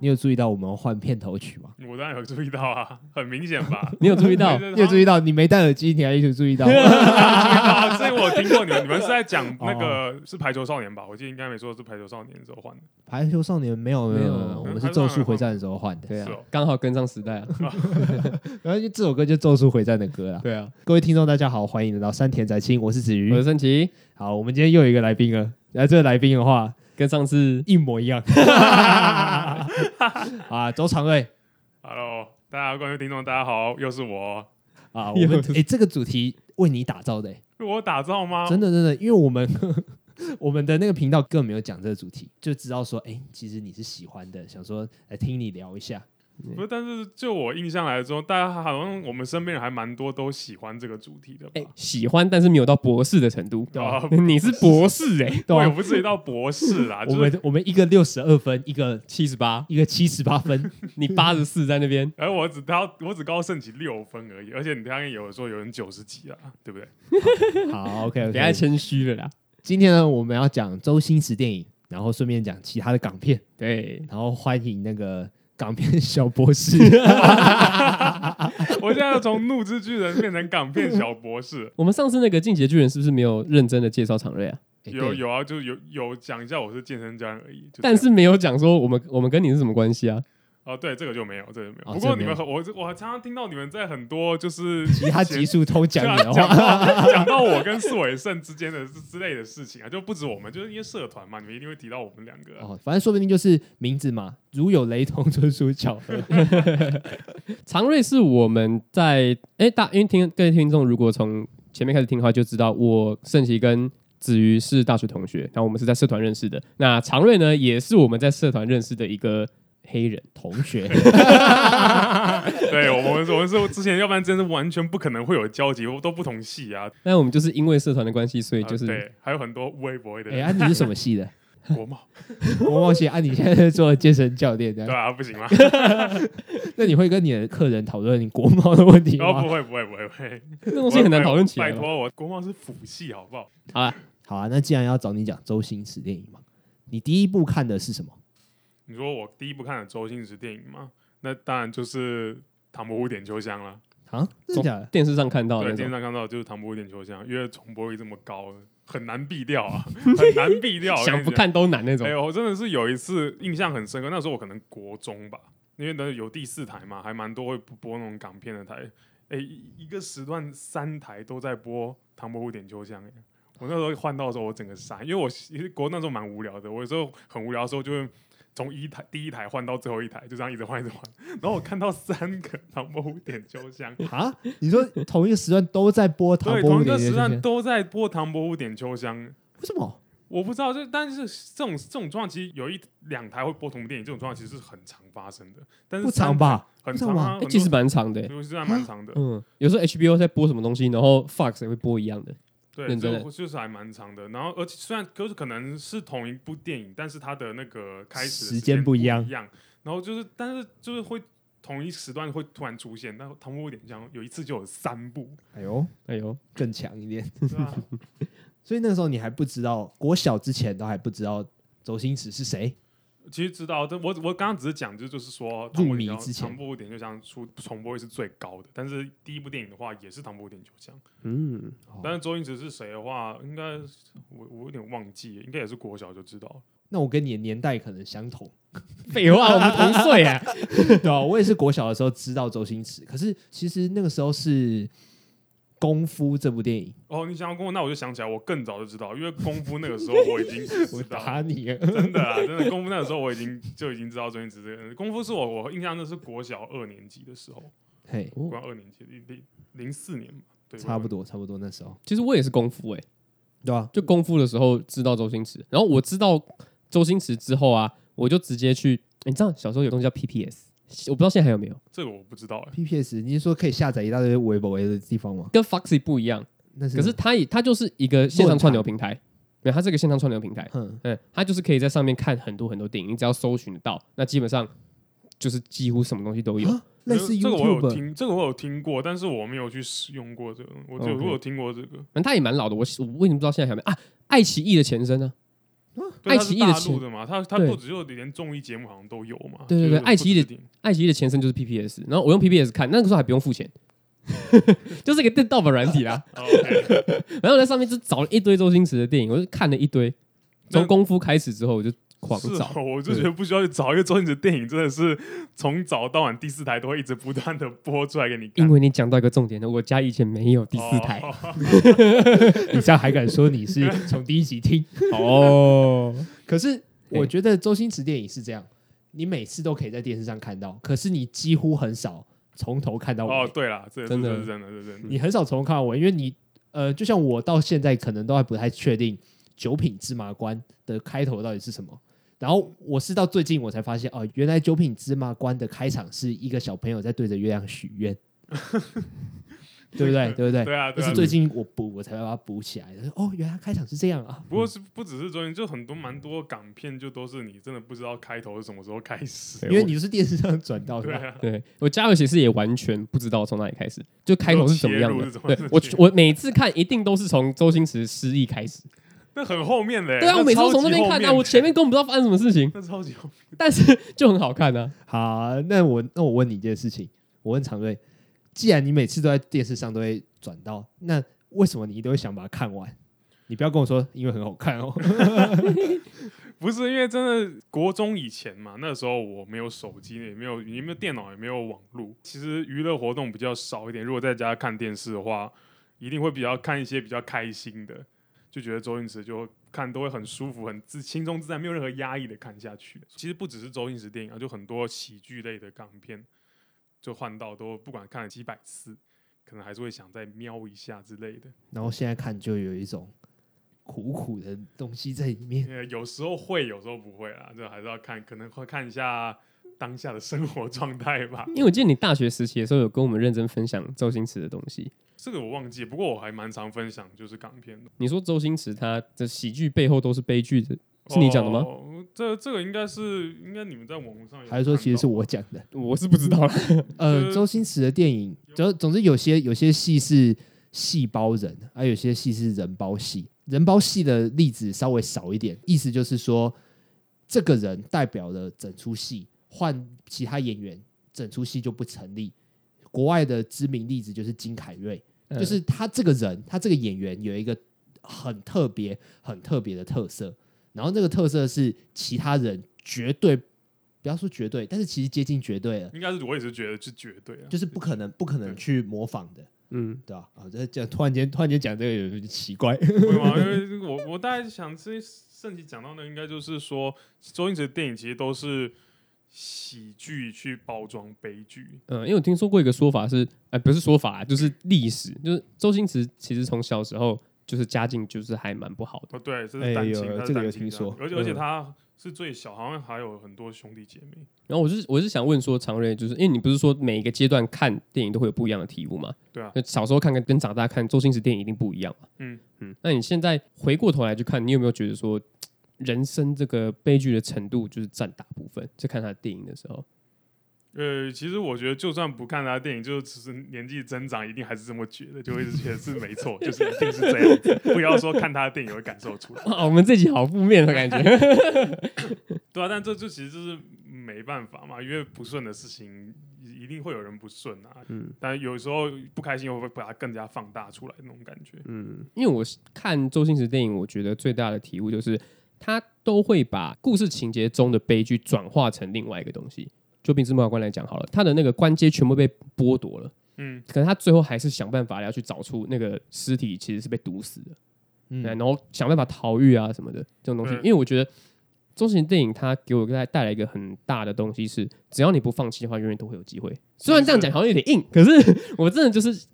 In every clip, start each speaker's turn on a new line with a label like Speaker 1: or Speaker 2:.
Speaker 1: 你有注意到我们换片头曲吗？
Speaker 2: 我当然有注意到啊，很明显吧？
Speaker 1: 你有注意到？
Speaker 2: 对对
Speaker 1: 你有注意到？你没戴耳机，你还一直注意到？
Speaker 2: 啊，这个我听过你们，你们是在讲那 个
Speaker 1: 嗯
Speaker 2: 是排球少年吧？我记得应该没错，是排球少年的时候换的。
Speaker 1: 排球少年没有没
Speaker 3: 没有
Speaker 1: 有没有，我们是
Speaker 2: 嗯排球少
Speaker 1: 咒
Speaker 2: 年
Speaker 1: 术回战的时候换的。
Speaker 3: 对
Speaker 2: 是
Speaker 3: 啊
Speaker 2: 哦，
Speaker 3: 刚好跟上时代啊。
Speaker 1: 然后就这首歌就咒术回战的歌啦。
Speaker 3: 对啊，
Speaker 1: 各位听众大家好，欢迎来到山田宅青，我是子
Speaker 3: 我
Speaker 1: 瑜
Speaker 3: 的。升旗
Speaker 1: 好，我们今天又有一个来宾了。那这个来宾的话
Speaker 3: 跟上次
Speaker 1: 一模一 样。啊，周长瑞
Speaker 2: Hello，大家观众听众，大家好，又是我。
Speaker 1: 啊，我们
Speaker 3: 又是
Speaker 1: 哎这个主题为你打造的、诶
Speaker 2: 是我打造吗？
Speaker 1: 真的真的，因为我们 我们的那个频道更没有讲这个主题，就知道说，哎、其实你是喜欢的，想说来听你聊一下。
Speaker 2: 不是，但是就我印象来说，大家好像我们身边人还蛮多都喜欢这个主题的吧？
Speaker 3: 哎、喜欢，但是没有到博士的 程度。
Speaker 2: 对啊
Speaker 3: 你是博士哎、
Speaker 1: 对
Speaker 2: 我也
Speaker 1: 啊，
Speaker 2: 不至于到博士
Speaker 1: 我
Speaker 2: 啦，啊就是
Speaker 1: 们我们一个六十二分，一个
Speaker 3: 七十八，
Speaker 1: 一个七十八 分，
Speaker 3: 你八十四在那边，
Speaker 2: 而我只高我只高圣奇六分而已，而且你刚刚有说有人九十几啊，对不对？
Speaker 1: 好，OK
Speaker 3: 别太
Speaker 1: OK。
Speaker 3: 谦虚了啦。
Speaker 1: 今天呢，我们要讲周星驰电影，然后顺便讲其他的港片，
Speaker 3: 对，
Speaker 1: 然后欢迎那个港片小博 士。哎
Speaker 2: 我现在要从怒之巨人变成港片小博士，
Speaker 3: 我们上次那个进阶巨人是不是没有认真的介绍常瑞啊？
Speaker 1: 诶
Speaker 2: 有
Speaker 1: 对
Speaker 2: 有啊，就有有讲一下我是健身教练而已。就这样
Speaker 3: 但是没有讲说我们我们跟你是什么关系啊？
Speaker 2: 哦，对，这个就没有，这个就没有。
Speaker 1: 哦
Speaker 2: 不
Speaker 1: 这个
Speaker 2: 过
Speaker 1: 没
Speaker 2: 你
Speaker 1: 有
Speaker 2: 们很我我常常听到你们在很多就是
Speaker 1: 其他集数偷讲 你的
Speaker 2: 讲
Speaker 1: 话，
Speaker 2: 到讲到我跟苏伟胜之间的之之类的事情啊，就不止我们，就是因为社团嘛，你们一定会提到我们两个啊、
Speaker 1: 哦，反正说不定就是名字嘛，如有雷同，纯属巧合。
Speaker 3: 常瑞是我们在哎、大，因为听各位听众如果从前面开始听的话，就知道我盛奇跟子瑜是大学同学，然后我们是在社团认识的。那常瑞呢，也是我们在社团认识的一个黑人。
Speaker 1: 同学，
Speaker 2: 对，我们我们是之前，要不然真的完全不可能会有交集，都不同系啊。
Speaker 3: 那我们就是因为社团的关系，所以
Speaker 2: 啊
Speaker 3: 就是、
Speaker 2: 对，还有很多微博的
Speaker 1: 哎，
Speaker 2: 人
Speaker 1: 啊，你是什么系 的？
Speaker 2: 国贸，
Speaker 1: 我忘记啊，你现在在做健身教练
Speaker 2: 对
Speaker 1: 的，
Speaker 2: 啊，不行 吗？
Speaker 1: 那你会跟你的客人讨论你国贸的问题
Speaker 2: 哦，不
Speaker 1: 吗？
Speaker 2: 会不会不会不 会，
Speaker 3: 那东西很难讨论起来
Speaker 2: 拜
Speaker 3: 吧。
Speaker 2: 托我，国贸是辅系好不好？
Speaker 3: 好啦，
Speaker 1: 好啊，那既然要找你讲周星驰电影嘛，你第一部看的是什么？
Speaker 2: 你说我第一部看的周星驰电影吗？那当然就是《唐伯虎点秋香》了。
Speaker 1: 啊，真的假的？
Speaker 3: 电视上看到的
Speaker 2: 对，
Speaker 3: 哦那
Speaker 2: 电视
Speaker 3: 种，
Speaker 2: 上看到就是《唐伯虎点秋香》，因为重播率这么高，很难避掉 啊，很难避掉。我跟
Speaker 3: 想
Speaker 2: 你
Speaker 3: 不
Speaker 2: 讲
Speaker 3: 看都难那种
Speaker 2: 哎。呦，我真的是有一次印象很深刻，那时候我可能国中吧，因为那有第四台嘛，还蛮多会播那种港片的台。哎、一个时段三台都在播《唐伯虎点秋香》哎，我那时候换到的时候，我整个傻，因为我其实国那时候蛮无聊的，我有时候很无聊的时候就会。从一台第一台换到最后一台，就这样一直换一直换。然后我看到三个《唐伯虎点秋香》，
Speaker 1: 啊，你说同一个时段都在播《 唐
Speaker 2: 对，
Speaker 1: 伯
Speaker 2: 同
Speaker 1: 虎
Speaker 2: 一
Speaker 1: 点
Speaker 2: 个
Speaker 1: 秋
Speaker 2: 时
Speaker 1: 香
Speaker 2: 段》，都在播《唐伯虎点秋香》，
Speaker 1: 为什么？
Speaker 2: 我不知道，就但是这种这种状况，其实有一两台会播同步电影，这种状况其实是很常发生的。但是
Speaker 1: 不长吧？
Speaker 2: 很
Speaker 1: 不长
Speaker 2: 长
Speaker 1: 吧
Speaker 2: 啊，很
Speaker 3: 哎
Speaker 2: 多
Speaker 3: 其实蛮长的、
Speaker 2: 尤其是还蛮长的，
Speaker 3: 嗯，有时候 HBO 在播什么东西，然后 Fox 也会播一样的。
Speaker 2: 对，
Speaker 3: 认真的
Speaker 2: 就就是还蛮长的。然后而且虽然就是可能是同一部电影，但是它的那个开始的
Speaker 1: 时间
Speaker 2: 间
Speaker 1: 不一
Speaker 2: 一
Speaker 1: 样
Speaker 2: 样。然后就是但是就是会同一时段会突然出现，但《唐伯虎点秋香》有一次就有三 部，
Speaker 1: 哎呦，
Speaker 3: 哎呦，
Speaker 1: 更强一点。
Speaker 2: 对啊，
Speaker 1: 所以那时候你还不知道，国小之前都还不知道周星驰是谁。
Speaker 2: 其实知道，但我我刚刚只是讲，就就是说，
Speaker 1: 入
Speaker 2: 唐伯虎
Speaker 1: 迷
Speaker 2: 点秋
Speaker 1: 之前
Speaker 2: 唐伯虎点秋香出重播率是最高的，但是第一部电影的话也是唐伯虎点秋香。
Speaker 3: 嗯，
Speaker 2: 但是周星驰是谁的话，应该是我我有点忘记，应该也是国小就知道了。
Speaker 1: 那我跟你的年代可能相 同，
Speaker 3: 废话，我们同岁啊。
Speaker 1: 对啊，我也是国小的时候知道周星驰，可是其实那个时候是《功夫》这部电影，
Speaker 2: 哦，你想要跟我，那我就想起来，我更早就知道，因为功夫那个时候 我已经知道 了，
Speaker 1: 你啊！
Speaker 2: 真的啊，真的功夫那个时候我已经就已经知道周星驰这个人。功夫是我我印象那是国小二年级的时候，
Speaker 1: 嘿，
Speaker 3: 哦
Speaker 2: 国小二年级零零零四年吧，对，
Speaker 1: 差不多，差不多那时候，
Speaker 3: 其实我也是功夫哎、
Speaker 1: 对啊，
Speaker 3: 就功夫的时候知道周星驰，然后我知道周星驰之后啊，我就直接去，你知道小时候有东西叫 PPS，我不知道现在还有没有，
Speaker 2: 这个我不知道哎、
Speaker 1: PPS，你是说可以下载一大堆微博的地方吗？
Speaker 3: 跟 Foxy 不一样，
Speaker 1: 那是
Speaker 3: 可是它也它就是一个线上串流平台，没有，它是一个线上串流平台，
Speaker 1: 哼，
Speaker 3: 嗯，它就是可以在上面看很多很多电影，你只要搜寻得到，那基本上就是几乎什么东西都有。
Speaker 1: 啊类似
Speaker 2: 这个我有
Speaker 1: YouTube，
Speaker 2: 听，这个我有听过，但是我没有去使用过这个，我就
Speaker 3: OK
Speaker 2: 我有听过这个。
Speaker 3: 反正它也蛮老的，我我为什么不知道现在还有没有啊？爱奇艺的前身呢、
Speaker 2: 对
Speaker 3: 爱
Speaker 2: 它是
Speaker 3: 奇艺
Speaker 2: 大
Speaker 3: 的
Speaker 2: 陆
Speaker 3: 钱
Speaker 2: 的嘛，它它
Speaker 3: 对
Speaker 2: 不只有连综艺节目好像都有嘛，
Speaker 3: 对对对
Speaker 2: 就是
Speaker 3: 爱奇艺的
Speaker 2: 不止一定
Speaker 3: 爱奇艺的前身就是 PPS，然后我用 PPS 看，那个时候还不用付钱， 就是一个盗版软体啊啦。
Speaker 2: 哦，OK
Speaker 3: 然后我在上面就找了一堆周星驰的电影，我就看了一堆。
Speaker 2: 那
Speaker 3: 从功夫开始之后，我就狂
Speaker 2: 是
Speaker 3: 找。
Speaker 2: 哦，我就觉得不需要去找，因为周星驰的电影真的是从早到晚第四台都会一直不断的播出来给你看
Speaker 3: 因。为你讲到一个重点，我家以前没有第四台
Speaker 2: 哦
Speaker 1: 你这样还敢说你是从第一集听？
Speaker 3: 哦，
Speaker 1: 可是我觉得周星驰电影是这样，你每次都可以在电视上看到，可是你几乎很少从头看到尾。
Speaker 2: 哦，嗯对啦，这
Speaker 3: 真的
Speaker 2: 这是真的，这是真的。
Speaker 1: 你很少从头看到尾，因为你呃，就像我到现在可能都还不太确定《九品芝麻官》的开头到底是什么。然后我是到最近我才发现，哦，原来《九品芝麻官》的开场是一个小朋友在对着月亮许 愿，对不对？对不对？
Speaker 3: 哎
Speaker 2: 对啊，
Speaker 1: 这
Speaker 2: 对啊
Speaker 1: 是。最近我补，我才把它补起来的。哦，原来开场是这样啊！
Speaker 2: 不过是不只是周星，就很多蛮多港片就都是你真的不知道开头是什么时候开始。
Speaker 3: 对
Speaker 1: 因为
Speaker 3: 我
Speaker 1: 你就是电视上转到的
Speaker 2: 对
Speaker 1: 嘛，
Speaker 2: 啊，
Speaker 3: 对我家有其实也完全不知道从哪里开始，就开头是怎么样
Speaker 2: 就切入
Speaker 3: 的
Speaker 2: 是。怎么
Speaker 3: 对我我每次看一定都是从周星驰失忆开始。
Speaker 2: 那很后面的欸。
Speaker 3: 对啊，我每次都从那
Speaker 2: 那
Speaker 3: 边看啊，我前面根本不知道发生什么事情，
Speaker 2: 那超级后面
Speaker 3: 但是就很好看啊。
Speaker 1: 好，那我那我问你一件事情，我问常瑞，既然你每次都在电视上都会转到，那为什么你都会想把它看完？你不要跟我说因为很好看哦，
Speaker 2: 不是因为真的国中以前嘛，那时候我没有手机，也没有也没有电脑，也没有网络，其实娱乐活动比较少一点。如果在家看电视的话，一定会比较看一些比较开心的，就觉得周星驰就看都会很舒服、很自轻松自在，没有任何压抑的看下去。其实不只是周星驰电影啊，就很多喜剧类的港片，就换到都不管看了几百次，可能还是会想再瞄一下之类的。
Speaker 1: 然后现在看就有一种苦苦的东西在里面。
Speaker 2: 呃，有时候会，有时候不会啦，这还是要看，可能会看一下当下的生活状态吧。
Speaker 3: 因为我记得你大学时期的时候有跟我们认真分享周星驰的东西。
Speaker 2: 这个我忘记，不过我还蛮常分享，就是港片的。
Speaker 3: 你说周星驰他的喜剧背后都是悲剧的，是你讲的吗？
Speaker 2: 哦、这这个应该是，应该你们在网络上有
Speaker 1: 还是说
Speaker 2: 看
Speaker 1: 其实是
Speaker 2: 到
Speaker 1: 我讲的？
Speaker 3: 我是不知道啦。
Speaker 1: 呃，
Speaker 2: 呃
Speaker 1: 周星驰的电影，总总之有些有些戏是戏包人，而、有些戏是人包戏。人包戏的例子稍微少一点，意思就是说，这个人代表了整出戏，换其他演员，整出戏就不成立。国外的知名例子就是金凯瑞，
Speaker 2: 呃
Speaker 3: 嗯
Speaker 1: 就是他这个人，他这个演员有一个很特别、很特别的特色，然后这个特色是其他人绝对不要说绝对，但是其实接近绝对了。
Speaker 2: 应该是我也是觉得是绝对啊，
Speaker 1: 就是不可能、不可能
Speaker 2: 对
Speaker 1: 去模仿的，
Speaker 3: 嗯，
Speaker 1: 对吧、啊，这讲突然间突然间讲这个有点奇怪，
Speaker 2: 会吗？因为我我大概想，这圣奇讲到的应该就是说，周星驰的电影其实都是喜剧去包装悲剧，
Speaker 3: 嗯，因为我听说过一个说法是，哎、不是说法啊，就是历史，就是周星驰其实从小时候就是家境就是还蛮不好的。
Speaker 2: 哦，对，这
Speaker 1: 哎
Speaker 2: 是单亲，
Speaker 1: 有
Speaker 2: 他
Speaker 1: 这
Speaker 2: 是
Speaker 1: 个
Speaker 2: 单
Speaker 1: 有
Speaker 2: 亲
Speaker 1: 听
Speaker 2: 家
Speaker 1: 说
Speaker 2: 而且而且
Speaker 3: 嗯
Speaker 2: 他是最小，好像还有很多兄弟姐妹。
Speaker 3: 然后我就是我是想问说，常瑞，就是因为你不是说每一个阶段看电影都会有不一样的体悟嘛？
Speaker 2: 对啊
Speaker 3: 那小时候看跟跟长大看周星驰电影一定不一样嘛？
Speaker 2: 嗯
Speaker 3: 嗯，那你现在回过头来去看，你有没有觉得说，嘖人生这个悲剧的程度就是占大部分？在看他的电影的时候，
Speaker 2: 呃，其实我觉得，就算不看他的电影，就是只是年纪增长，一定还是这么觉得，就会一直觉得是没错，就是一定是这样子。不要说看他的电影会感受出来，
Speaker 3: 哇，我们这集好负面的感觉。
Speaker 2: 对啊，但这就其实就是没办法嘛，因为不顺的事情一定会有人不顺啊。
Speaker 3: 嗯
Speaker 2: 但有时候不开心又会把它更加放大出来那种感觉。
Speaker 3: 嗯，因为我是看周星驰电影，我觉得最大的体悟就是，他都会把故事情节中的悲剧转化成另外一个东西。就凭芝麻官来讲好了，他的那个关节全部被剥夺了。
Speaker 2: 嗯，
Speaker 3: 可能他最后还是想办法要去找出那个尸体其实是被毒死的，
Speaker 1: 嗯
Speaker 3: 对，然后想办法逃狱啊什么的这种东西。
Speaker 2: 嗯
Speaker 3: 因为我觉得周星驰电影它给我带带来一个很大的东西是，只要你不放弃的话，永远都会有机会。虽然这样讲好像有点硬，可是我真的就是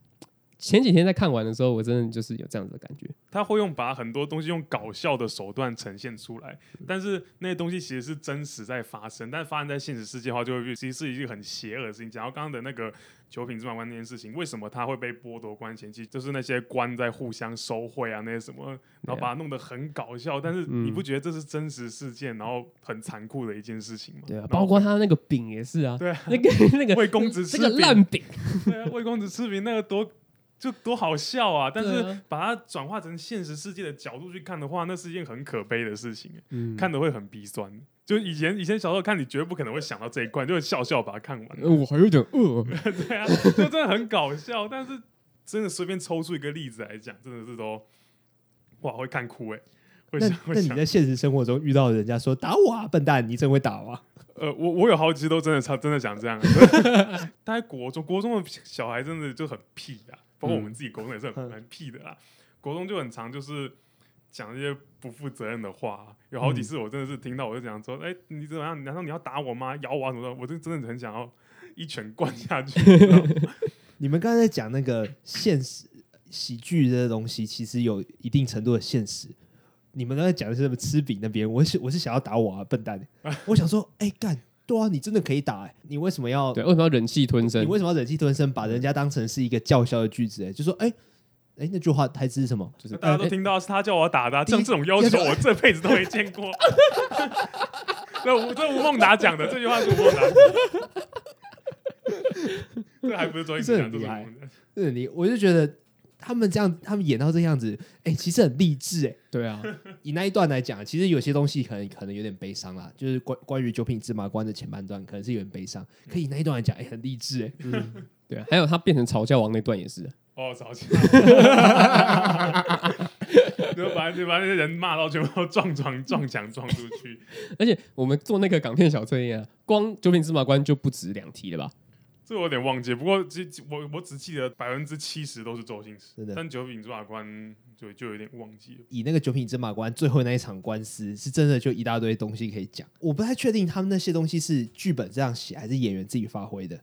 Speaker 3: 前几天在看完的时候，我真的就是有这样子的感觉。
Speaker 2: 他会用把很多东西用搞笑的手段呈现出来，但是那些东西其实是真实在发生，但发生在现实世界的话，就会其实是一个很邪恶的事情。讲到刚刚的那个九品芝麻官那件事情，为什么他会被剥夺官衔？其实就是那些官在互相收贿啊，那些什么，然后把它弄得很搞笑，
Speaker 3: 啊
Speaker 2: 但是你不觉得这是真实事件，然后很残酷的一件事情吗？
Speaker 3: 对啊
Speaker 2: 然，后
Speaker 3: 包括他那个饼也是啊，
Speaker 2: 对啊
Speaker 3: 那个那个
Speaker 2: 魏公子吃
Speaker 3: 这个
Speaker 2: 饼
Speaker 3: 烂饼，
Speaker 2: 哎对啊，魏公子吃饼那个多就多好笑啊！但
Speaker 3: 对
Speaker 2: 是
Speaker 3: 啊
Speaker 2: 把它转化成现实世界的角度去看的话，那是一件很可悲的事情，
Speaker 3: 嗯，
Speaker 2: 看的会很鼻酸。就以前以前小时候看，你绝对不可能会想到这一块，就会笑笑把它看完。
Speaker 1: 嗯
Speaker 3: 呃我还有点饿。
Speaker 2: 对啊，就真的很搞笑。但是真的随便抽出一个例子来讲，真的是都哇会看哭哎、会
Speaker 1: 那
Speaker 2: 想会
Speaker 1: 那你
Speaker 2: 想
Speaker 1: 在现实生活中遇到人家说打我啊，笨蛋，你真会打啊哇、
Speaker 2: 呃，我我有好几次都真的差真的想 这样，大概国中国中的小孩真的就很屁啊，包括我们自己国中也是很、
Speaker 1: 嗯
Speaker 2: 很屁的啦，国中就很常就是讲一些不负责任的话，
Speaker 1: 嗯
Speaker 2: 有好几次我真的是听到我就讲说，哎、你怎么样？难道你要打我吗？咬我啊什么的？我就真的很想要一拳灌下去，你知道吗
Speaker 1: 你们刚才在讲那个现实喜剧这些东西，其实有一定程度的现实。你们刚才讲的是什么吃饼那边，我是我是想要打我啊，笨蛋！我想说，哎、干，对啊，你真的可以打、哎，你为什么要
Speaker 3: 对，为什么要忍气吞声
Speaker 1: 你？为什么要忍气吞声，把人家当成是一个叫嚣的句子、哎，就说，哎、哎、那句话台词是什么？
Speaker 3: 就是哎
Speaker 2: 大家都听到是他叫我打的啊、
Speaker 1: 第一
Speaker 2: 像这种要求
Speaker 1: 要
Speaker 2: 我这辈子都没见过。 那吴这吴孟达讲的这句话是吴孟达讲的， 这还不是周星驰讲，
Speaker 1: 这很
Speaker 2: 这是
Speaker 1: 厉
Speaker 2: 吴
Speaker 1: 害
Speaker 2: 孟达
Speaker 1: 是你，我就觉得他们这样，他们演到这样子，哎、其实很励志、哎。
Speaker 3: 对啊，
Speaker 1: 以那一段来讲，其实有些东西可能可能有点悲伤啦，就是关关于九品芝麻官的前半段可能是有点悲伤，可以那一段来讲，哎、很励志哎、
Speaker 3: 对啊，还有他变成吵架王那段也是，啊
Speaker 2: 哦，吵架， 就把就把那些人骂到全部都撞床撞墙撞出去，
Speaker 3: 而且我们做那个港片小测验啊，光九品芝麻官就不止两题了吧？
Speaker 2: 这我有点忘记。不过这我我只记得百分之七十都是周星驰
Speaker 1: 真的，
Speaker 2: 但九品芝麻官就就有点忘记了。
Speaker 1: 以那个九品芝麻官最后那一场官司，是真的就一大堆东西可以讲。我不太确定他们那些东西是剧本这样写，还是演员自己发挥的。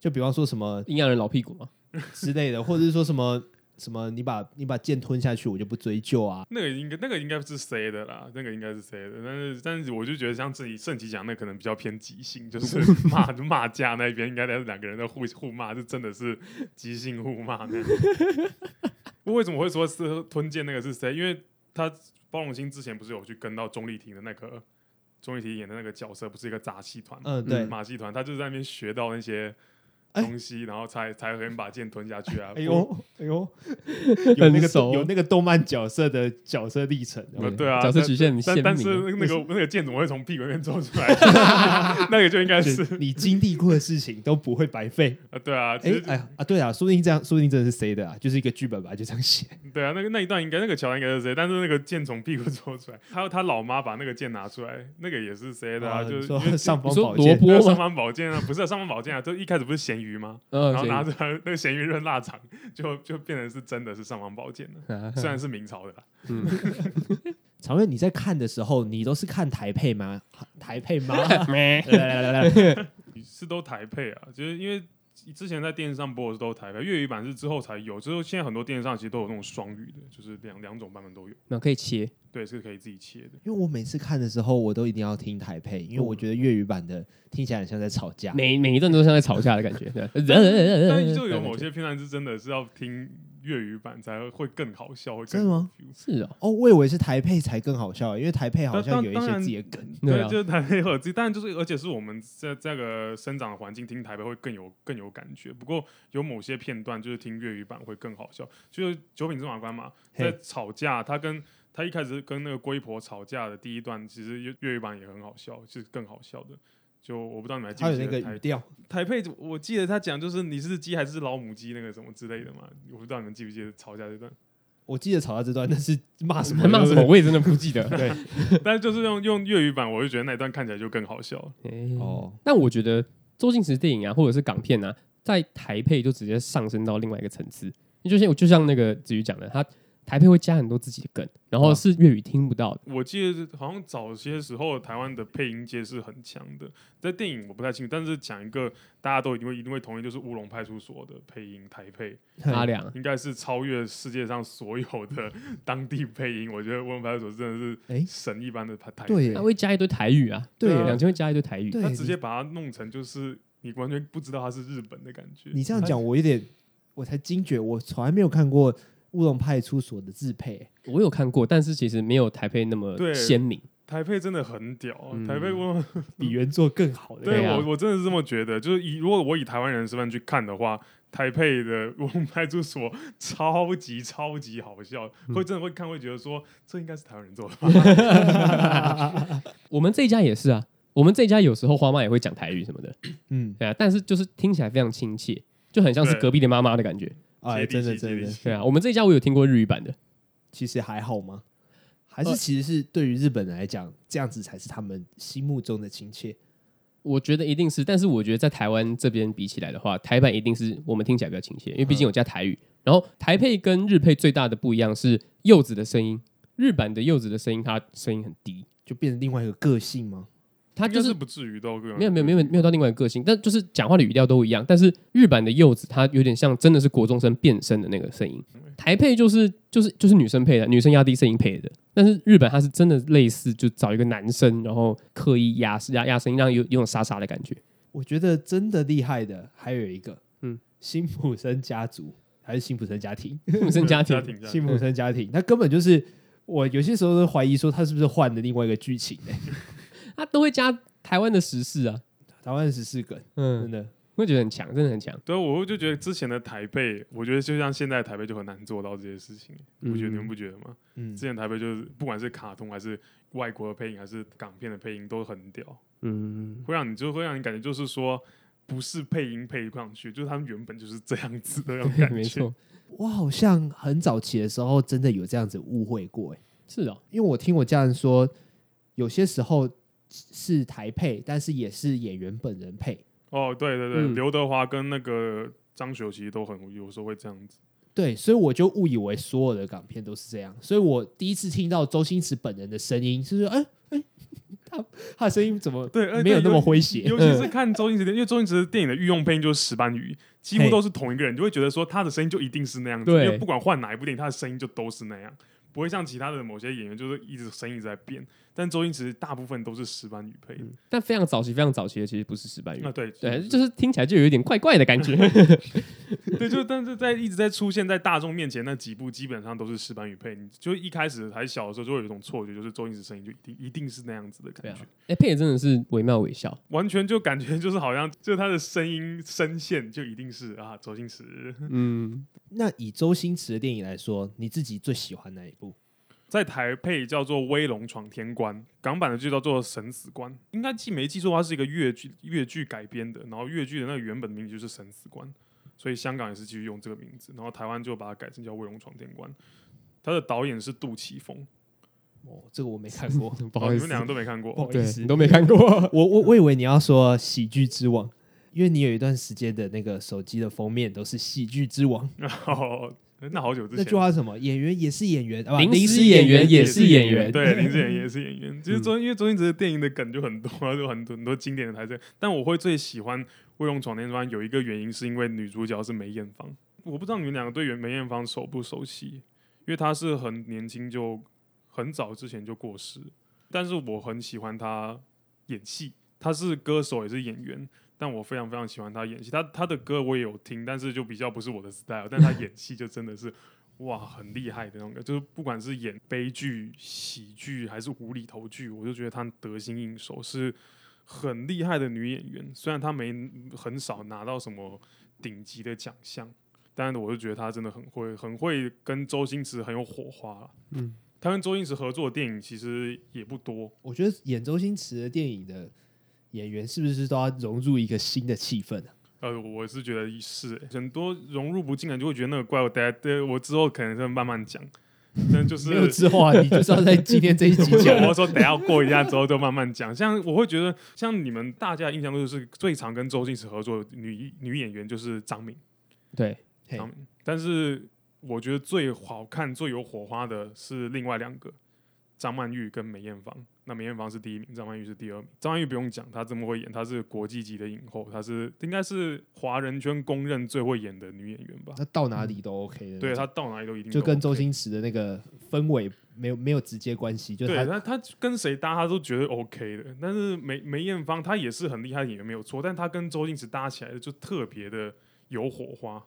Speaker 1: 就比方说什么
Speaker 3: 阴阳人老屁股嘛，
Speaker 1: 之类的，或者是说什么什么，你把你把剑吞下去，我就不追究啊。
Speaker 2: 那个应该那个应该是 C 的啦，那个应该是 C 的，但是但是我就觉得像自己圣吉讲那可能比较偏即兴，就是骂 骂架那边应该是两个人在互互骂，就真的是即兴互骂那种。我为什么会说是吞剑那个是 C？因为他包容心之前不是有去跟到钟丽缇的那个钟丽缇演的那个角色，不是一个杂戏团吗？
Speaker 1: 嗯，对。
Speaker 2: 马戏团，他就是在那边学到那些
Speaker 1: 哎
Speaker 2: 东西，然后才才能把剑吞下去啊！
Speaker 1: 哎
Speaker 2: 不，
Speaker 1: 呦，哎呦， 有那
Speaker 3: 很
Speaker 1: 个
Speaker 3: 熟
Speaker 1: 有那个动漫角色的角色历程，哦
Speaker 2: 呃对啊
Speaker 3: 角色
Speaker 2: 但
Speaker 3: 曲线很鲜
Speaker 2: 但
Speaker 3: 明
Speaker 2: 但是
Speaker 3: 啊。
Speaker 2: 那个那个剑怎么会从屁股那边走 出来？ 那个就应该是
Speaker 1: 你经历过的事情都不会白费。
Speaker 2: 啊，对啊，其
Speaker 1: 哎、
Speaker 2: 实
Speaker 1: 哎呀啊，对啊，说不定这样，说不定真的是 C 的啊，就是一个剧本吧，就这样写。
Speaker 2: 对啊，那个那一段应该那个桥段应该是谁？但是那个剑从屁股走出来，还有他老妈把那个剑拿出来，那个也是谁的啊？
Speaker 1: 哦
Speaker 2: 就
Speaker 1: 你
Speaker 2: 是
Speaker 1: 说
Speaker 2: 就是
Speaker 1: 上方
Speaker 3: 你说
Speaker 1: 宝
Speaker 3: 萝
Speaker 1: 剑，
Speaker 3: 卜
Speaker 2: 那个
Speaker 3: 吗
Speaker 2: 上方宝剑啊，不是啊上方宝剑啊，就一开始不是咸鱼吗？
Speaker 3: 嗯
Speaker 2: 然后
Speaker 3: 咸鱼
Speaker 2: 拿着那个咸鱼润腊肠，就就变成是真的是上方宝剑了，
Speaker 3: 啊
Speaker 2: 虽然是明朝的啦。
Speaker 1: 常瑞，你在看的时候，你都是看台配吗？ 台配 吗？
Speaker 3: 咩
Speaker 1: 来来来来来，
Speaker 2: 是都台配啊，就是因为之前在电视上播的是都台配，啊粤语版是之后才有，之后现在很多电视上其实都有那种双语的，就是两两种版本都有，
Speaker 3: 那可以切，
Speaker 2: 对，是可以自己切的。
Speaker 1: 因为我每次看的时候，我都一定要听台配，因为
Speaker 2: 嗯
Speaker 1: 我觉得粤语版的听起来很像在吵架。
Speaker 3: 每每一段都像在吵架的感觉。啊
Speaker 2: 但
Speaker 3: 但
Speaker 2: 是就有某些片段是真的是要听粤语版才会更好笑，会
Speaker 1: 真
Speaker 2: 更
Speaker 1: 的吗
Speaker 2: confuse
Speaker 3: 是哦，
Speaker 1: 哦，我以为是台配才更好笑，因为台配好像
Speaker 2: 当
Speaker 1: 有一
Speaker 2: 当
Speaker 1: 些
Speaker 2: 然
Speaker 1: 自己的梗。
Speaker 3: 对
Speaker 2: 对，
Speaker 3: 啊
Speaker 2: 就是台北会有自己，当然就是，而且是我们在这个生长的环境听台北会更有更有感觉。不过有某些片段就是听粤语版会更好笑，就是九品芝麻官嘛，
Speaker 1: 嘿
Speaker 2: 在吵架，他跟他一开始跟那个龟婆吵架的第一段，其实粤粤语版也很好笑，是更好笑的。就我不知道你们还记
Speaker 1: 它
Speaker 2: 不
Speaker 1: 有
Speaker 2: 记
Speaker 1: 那个
Speaker 2: 得
Speaker 1: 语
Speaker 2: 台
Speaker 1: 调，
Speaker 2: 台配，我记得他讲就是你是鸡还是老母鸡那个什么之类的嘛，我不知道你们记不记得吵架这段。
Speaker 1: 我记得吵到这段，但是骂什么
Speaker 3: 骂什么？我也真的不 记得。
Speaker 1: 对，
Speaker 2: 但是就是用用粤语版，我就觉得那一段看起来就更好笑了。
Speaker 3: 哦，
Speaker 1: 哦，
Speaker 3: 但我觉得周星驰电影啊，或者是港片啊，在台配就直接上升到另外一个层次。就像就像那个子瑜讲的，他台配会加很多自己的梗，然
Speaker 1: 哦
Speaker 3: 后是粤语听不到的。
Speaker 2: 我记得好像早些时候台湾的配音界是很强的，在电影我不太清楚，但是讲一个大家都一定会一定会同意，就是《乌龙派出所》的配音台配，
Speaker 3: 阿良啊，
Speaker 2: 应该是超越世界上所有的 当地配音。我觉得《乌龙派出所》真的
Speaker 1: 哎
Speaker 2: 是神一般的台台配，
Speaker 1: 对耶
Speaker 3: 他会加一堆台语啊，
Speaker 1: 对
Speaker 2: 啊
Speaker 3: 两千会加一堆台语。
Speaker 1: 对
Speaker 2: 他直接把它弄成就是你完全不知道它是日本的感觉。
Speaker 1: 你这样讲，我有点，我才惊觉，我从来没有看过《乌龙派出所》的自配。
Speaker 3: 我有看过，但是其实没有台配那么
Speaker 2: 对
Speaker 3: 鲜明。
Speaker 2: 台配真的很屌啊，
Speaker 3: 嗯
Speaker 2: 台配我
Speaker 1: 比原作更好的。
Speaker 2: 对
Speaker 3: 对啊
Speaker 2: 我我真的是这么觉得，就是以如果我以台湾人的身份去看的话，台配的我们派出所 超级超级好笑，
Speaker 3: 嗯
Speaker 2: 会真的会看会觉得说这应该是台湾人做的吧，
Speaker 3: 我们这一家也是啊，我们这一家有时候花妈也会讲台语什么的，
Speaker 1: 嗯，
Speaker 3: 对啊，但是就是听起来非常亲切，就很像是
Speaker 2: 对
Speaker 3: 隔壁的妈妈的感觉，
Speaker 1: 哎，
Speaker 2: 接
Speaker 1: 真
Speaker 2: 地气
Speaker 1: 的真
Speaker 2: 接地
Speaker 1: 的，
Speaker 2: 气
Speaker 3: 对啊，我们这一家我有听过日语版的，
Speaker 1: 其实还好吗？还是
Speaker 3: 呃
Speaker 1: 其实是对于日本人来讲，这样子才是他们心目中的亲切。
Speaker 3: 我觉得一定是，但是我觉得在台湾这边比起来的话，台版一定是我们听起来比较亲切，因为毕竟有加台语。然后台配跟日配最大的不一样是柚子的声音，日版的柚子的声音，它声音很低，
Speaker 1: 就变成另外一个个性吗？
Speaker 3: 它
Speaker 2: 应该
Speaker 3: 就是是
Speaker 2: 不至于到没
Speaker 3: 没有没有没有没有到另外一个个性，但就是讲话的语调都一样。但是日版的柚子，它有点像真的是国中生变声的那个声音，台配就是就是就是女生配的，女生压低声音配的。但是日本它是真的类似，就找一个男生，然后刻意压压压声音，让有有种沙沙的感 觉。
Speaker 1: 我觉得真的厉害的还有一个，嗯
Speaker 3: 嗯，
Speaker 1: 辛普森家族还是辛普森家庭，
Speaker 3: 女生家庭
Speaker 2: 家庭家庭
Speaker 1: 辛普森家庭，那根本就是我有些时候都怀疑说他是不是换的另外一个剧情呢、
Speaker 3: 他都会加台湾的时事啊，
Speaker 1: 台湾十四梗，真
Speaker 3: 嗯，
Speaker 1: 的，
Speaker 3: 会觉得很强，真的很强。
Speaker 2: 对，我就觉得之前的台北，我觉得就像现在的台北就很难做到这些事情，我觉得你们不觉得吗？
Speaker 1: 嗯
Speaker 2: 之，前台北就是不管是卡通还是外国的配音，还是港片的配音都很屌，
Speaker 3: 嗯，
Speaker 2: 会让你就会让你感觉就是说不是配音配上去，就是他们原本就是这样子的那种感觉。
Speaker 3: 没错，
Speaker 1: 我好像很早期的时候真的有这样子误会过、欸，
Speaker 3: 是哦，
Speaker 1: 因为我听我家人说，有些时候是台配，但是也是演员本人配。
Speaker 2: 哦，对对对，
Speaker 3: 嗯
Speaker 2: 刘德华跟那个张学友其实都很有时候会这样子。
Speaker 1: 对，所以我就误以为所有的港片都是这样，所以我第一次听到周星驰本人的声音，就是哎哎，他他的声音怎么
Speaker 2: 对，而且
Speaker 1: 没有那么
Speaker 2: 尤
Speaker 1: 诙谐？
Speaker 2: 尤其是看周星驰的，因为周星驰的电影的御用配音就是石斑鱼，几乎
Speaker 1: 嘿
Speaker 2: 都是同一个人，就会觉得说他的声音就一定是那样子，
Speaker 3: 对
Speaker 2: 因为不管换哪一部电影，他的声音就都是那样，不会像其他的某些演员就是一直声音一直在变。但周星驰大部分都是石斑鱼配的，
Speaker 3: 但非常早期，非常早期的其实不是石斑鱼
Speaker 2: 嗯啊，，对
Speaker 3: 嗯对，就是听起来就有一点怪怪 的感觉。
Speaker 2: 对，就但是在一直在出现在大众面前那几部，基本上都是石斑鱼配。你就一开始还小的时候，就会有一种错觉，就是周星驰声音就一定一定是那样子的
Speaker 3: 对
Speaker 2: 感
Speaker 3: 啊
Speaker 2: 觉，，
Speaker 3: 哎，配的真的是惟妙惟 肖。
Speaker 2: 完全就感觉就是好像就他的声音声线就一定是啊周星驰。
Speaker 3: 嗯，
Speaker 1: 那以周星驰的电影来说，你自己最喜欢哪一部？
Speaker 2: 在台配叫做《威龙闯天关》，港版的就叫做《神死关》。应该记没记错，它是一个粤剧粤剧改编的，然后粤剧的那个原本名字就是《神死关》，所以香港也是继续用这个名字，然后台湾就把它改成叫《威龙闯天关》。它的导演是杜琪峰，
Speaker 1: 哦，这个我没看 过，
Speaker 3: 不好意
Speaker 2: 哦你们
Speaker 3: 思
Speaker 2: 两，个都没看过，
Speaker 1: 不好意
Speaker 3: 对
Speaker 1: 思
Speaker 3: 你都没看 过。
Speaker 1: 我我我以为你要说《喜剧之王》，因为你有一段时间的那个手机的封面都是《喜剧之王》，
Speaker 2: 哦， 那好久之
Speaker 1: 那
Speaker 2: 前，
Speaker 1: 句话是什么？演员也是演员，啊不
Speaker 3: 临时
Speaker 1: 临时
Speaker 3: 演员
Speaker 1: 员
Speaker 3: 也
Speaker 1: 是
Speaker 3: 是
Speaker 1: 演
Speaker 3: 演员嗯
Speaker 2: 对，林志颖也是演员。其实周因为周星驰的电影的梗就很多啊，就很多很多经典的台词。但我会最喜欢《威龙闯天关》有一个原因是因为女主角是梅艳芳。我不知道你们两个对梅艳芳熟不熟悉，因为她是很年轻就很早之前就过世，但是我很喜欢她演戏。她是歌手也是演员，但我非常非常喜欢她演戏。她她的歌我也有听，但是就比较不是我的 style。但她演戏就真的是哇，很厉害的那种感觉，就是不管是演悲剧、喜剧还是无厘头剧，我就觉得她得心应手，是很厉害的女演员。虽然她没很少拿到什么顶级的奖项，但是我就觉得她真的很会，很会跟周星驰很有火花啦。
Speaker 3: 嗯，
Speaker 2: 她跟周星驰合作的电影其实也不多，
Speaker 1: 我觉得演周星驰的电影的演员是不是都要融入一个新的气氛啊？
Speaker 2: 呃，我是觉得是、欸、很多融入不进来，就会觉得那个怪物。大家对我之后可能是慢慢讲，但就是
Speaker 1: 没有之后啊，你就是要在今天这 一集
Speaker 2: 不是
Speaker 1: 讲啊
Speaker 2: 我说等一下过一下之后就慢慢讲。像我会觉得，像你们大家的印象都是最常跟周星驰合作的女女演员就是张敏，
Speaker 3: 对，
Speaker 1: 嘿
Speaker 2: 张敏。但是我觉得最好看、最有火花的是另外两个，张曼玉跟梅艳芳。那梅艳芳是第一名，张曼玉是第二名。张曼玉不用讲，她这么会演，她是国际级的影后，她是应该是华人圈公认最会演的女演员吧？
Speaker 1: 那到哪里都 OK 的。
Speaker 2: 对，她到哪里都一定
Speaker 1: 就
Speaker 2: 都
Speaker 1: 跟
Speaker 2: OK
Speaker 1: 周星驰的那个氛围没有没有直接关系，就是
Speaker 2: 对
Speaker 1: 他
Speaker 2: 他，他跟谁搭他都觉得 OK 的。但是梅梅艳芳她也是很厉害的演员没有错，但她跟周星驰搭起来的就特别的有火花，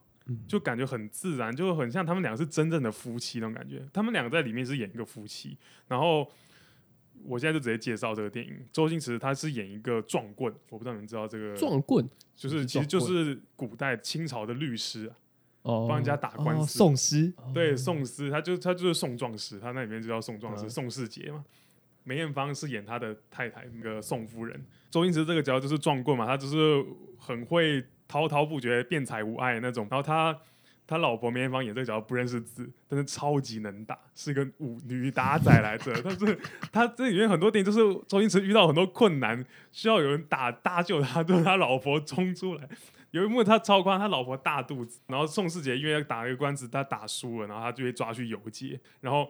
Speaker 2: 就感觉很自然，就很像他们俩是真正的夫妻那种感觉。他们两个在里面是演一个夫妻，然后我现在就直接介绍这个电影。周星驰他是演一个撞棍，我不知道你们知道这个，
Speaker 3: 撞棍
Speaker 2: 就是其实就是古代清朝的律师、啊，
Speaker 3: 哦，
Speaker 2: 帮人家打官
Speaker 1: 哦，
Speaker 2: 司。
Speaker 1: 宋诗
Speaker 2: 对，宋师，他就他就是宋壮士，他那里面就叫宋壮士，
Speaker 3: 嗯
Speaker 2: 宋世杰嘛。梅艳芳是演他的太太，那个宋夫人。周星驰这个角色就是撞棍嘛，他就是很会滔滔不绝、辩才无碍那种。然后他他老婆梅艳芳演这个角色不认识字，但是超级能打，是一个武女打仔来着。 但是他这里面很多电影就是周星驰遇到很多困难，需要有人打搭救他，就是他老婆冲出来。有一幕他超夸，他老婆大肚子，然后宋世杰因为要打一个官司，他打输了，然后他就被抓去游街，然后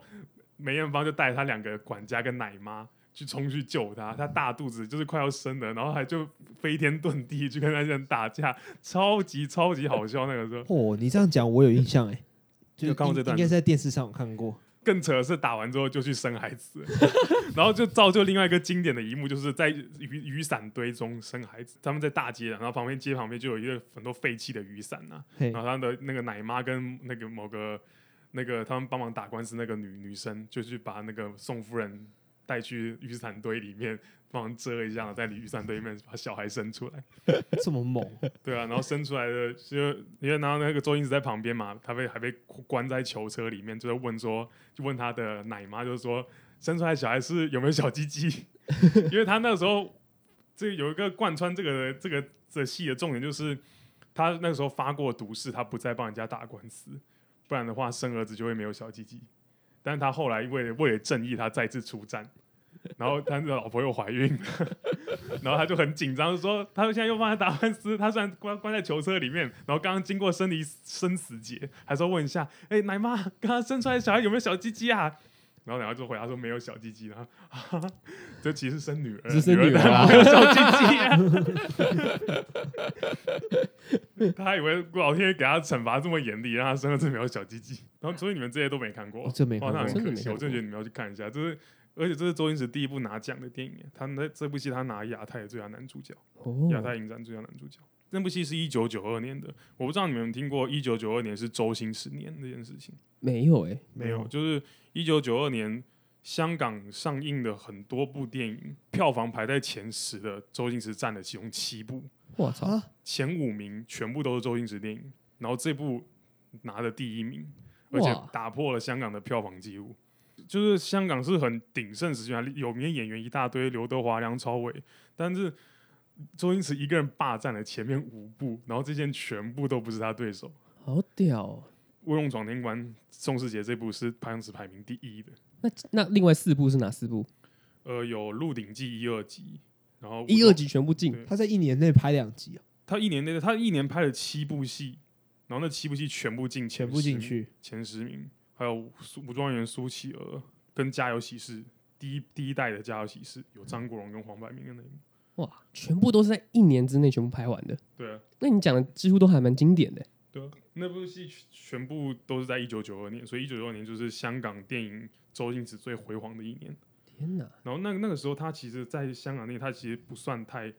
Speaker 2: 梅艳芳就带他两个管家跟奶妈去冲去救他，他大肚子就是快要生了，然后还就飞天遁地去跟那些人打架，超级超级好笑那个时候。
Speaker 1: 哦，你这样讲我有印象哎、就
Speaker 2: 有看过这
Speaker 1: 应
Speaker 2: 段
Speaker 1: 应该
Speaker 2: 吗
Speaker 1: 是在电视上有看过。
Speaker 2: 更扯的是打完之后就去生孩子， 然后就造就另外一个经典的一幕，就是在雨雨伞堆中生孩子。他们在大街，然后旁边街旁边就有一个很多废弃的雨伞呐、啊
Speaker 1: 嘿
Speaker 2: 然，后他的那个奶妈跟那个某个那个他们帮忙打官司那个女女生，就去把那个宋夫人带去雨伞堆里面帮忙遮一下，在雨伞堆里面把小孩生出来。
Speaker 1: 这么猛，
Speaker 2: 对啊，然后生出来的就因为然后那个周星驰在旁边嘛，他被还被关在囚车里面，就在问说，就问他的奶妈，就是说生出来小孩是有没有小鸡鸡， 因为他那时候这有一个贯穿这个这个这戏的重点就是，他那个时候发过毒誓，他不再帮人家打官司，不然的话生儿子就会没有小鸡鸡。但是他后来为了为了正义，他再次出战，然后他的老婆又怀孕了，然后他就很紧张，就说他现在又帮他打官司，他虽然关关在囚车里面，然后刚刚经过生离生死劫，还说问一下，哎、奶妈，刚刚生出来小孩有没有小鸡鸡啊？然后奶妈就回答说没有小鸡鸡，然后啊，这其实生呃女儿，
Speaker 3: 只生女儿啊
Speaker 2: 当然没有小鸡鸡、啊。他还以为老天爷给他惩罚这么严厉，让他生了这没有小鸡鸡。然后所以你们这些都没看过，
Speaker 1: 哦这没
Speaker 2: 哇，那
Speaker 1: 看过
Speaker 2: 很
Speaker 3: 真的
Speaker 2: 可
Speaker 3: 没
Speaker 2: 惜，
Speaker 3: 看
Speaker 2: 我真的觉
Speaker 3: 过
Speaker 2: 得你们要去看一下，就是。而且这是周星驰第一部拿奖的电影耶，他那这部戏他拿亚太最佳男主角，
Speaker 3: 哦
Speaker 2: 亚太影展最佳男主角。那部戏是一九九二年的，我不知道你们有没有听过一九九二年是周星驰年这件事情。
Speaker 3: 没有哎，
Speaker 1: 没有
Speaker 2: 就是一九九二年香港上映的很多部电影，票房排在前十的，周星驰占了其中七部，
Speaker 3: 我操，
Speaker 1: 啊！
Speaker 2: 前五名全部都是周星驰电影，然后这部拿了第一名，
Speaker 3: 哇
Speaker 2: 而且打破了香港的票房记录。就是香港是很鼎盛时期啊，有名的演员一大堆，刘德华、梁朝伟，但是周星驰一个人霸占了前面五部，然后这些全部都不是他对手。
Speaker 3: 好屌哦！
Speaker 2: 《卧龙闯天关》宋世杰这部是排行史排名第一的，
Speaker 3: 那那另外四部是哪四部？
Speaker 2: 呃，有《鹿鼎记》一二集，然后
Speaker 3: 一二集全部进
Speaker 2: 对
Speaker 1: 他在一年内拍两集哦，
Speaker 2: 他一年内他一年拍了七部戏，然后那七部戏全部进前
Speaker 1: 全部进
Speaker 2: 十名
Speaker 1: 去。
Speaker 2: 前十名，还有苏武状元苏乞儿跟《家有喜事》第一第一代的《家有喜事》有张国荣跟黄百鸣的那一幕。
Speaker 3: 哇，全部都是在一年之内全部拍完的。
Speaker 2: 对啊，
Speaker 3: 那你讲的几乎都还蛮经典的。
Speaker 2: 对啊，那部戏全全部都是在一九九二年，所以一九九二年就是香港电影周星驰最辉煌的一年。
Speaker 3: 天哪，
Speaker 2: 然后那那个时候，他其实，在香港内，他其实不算太，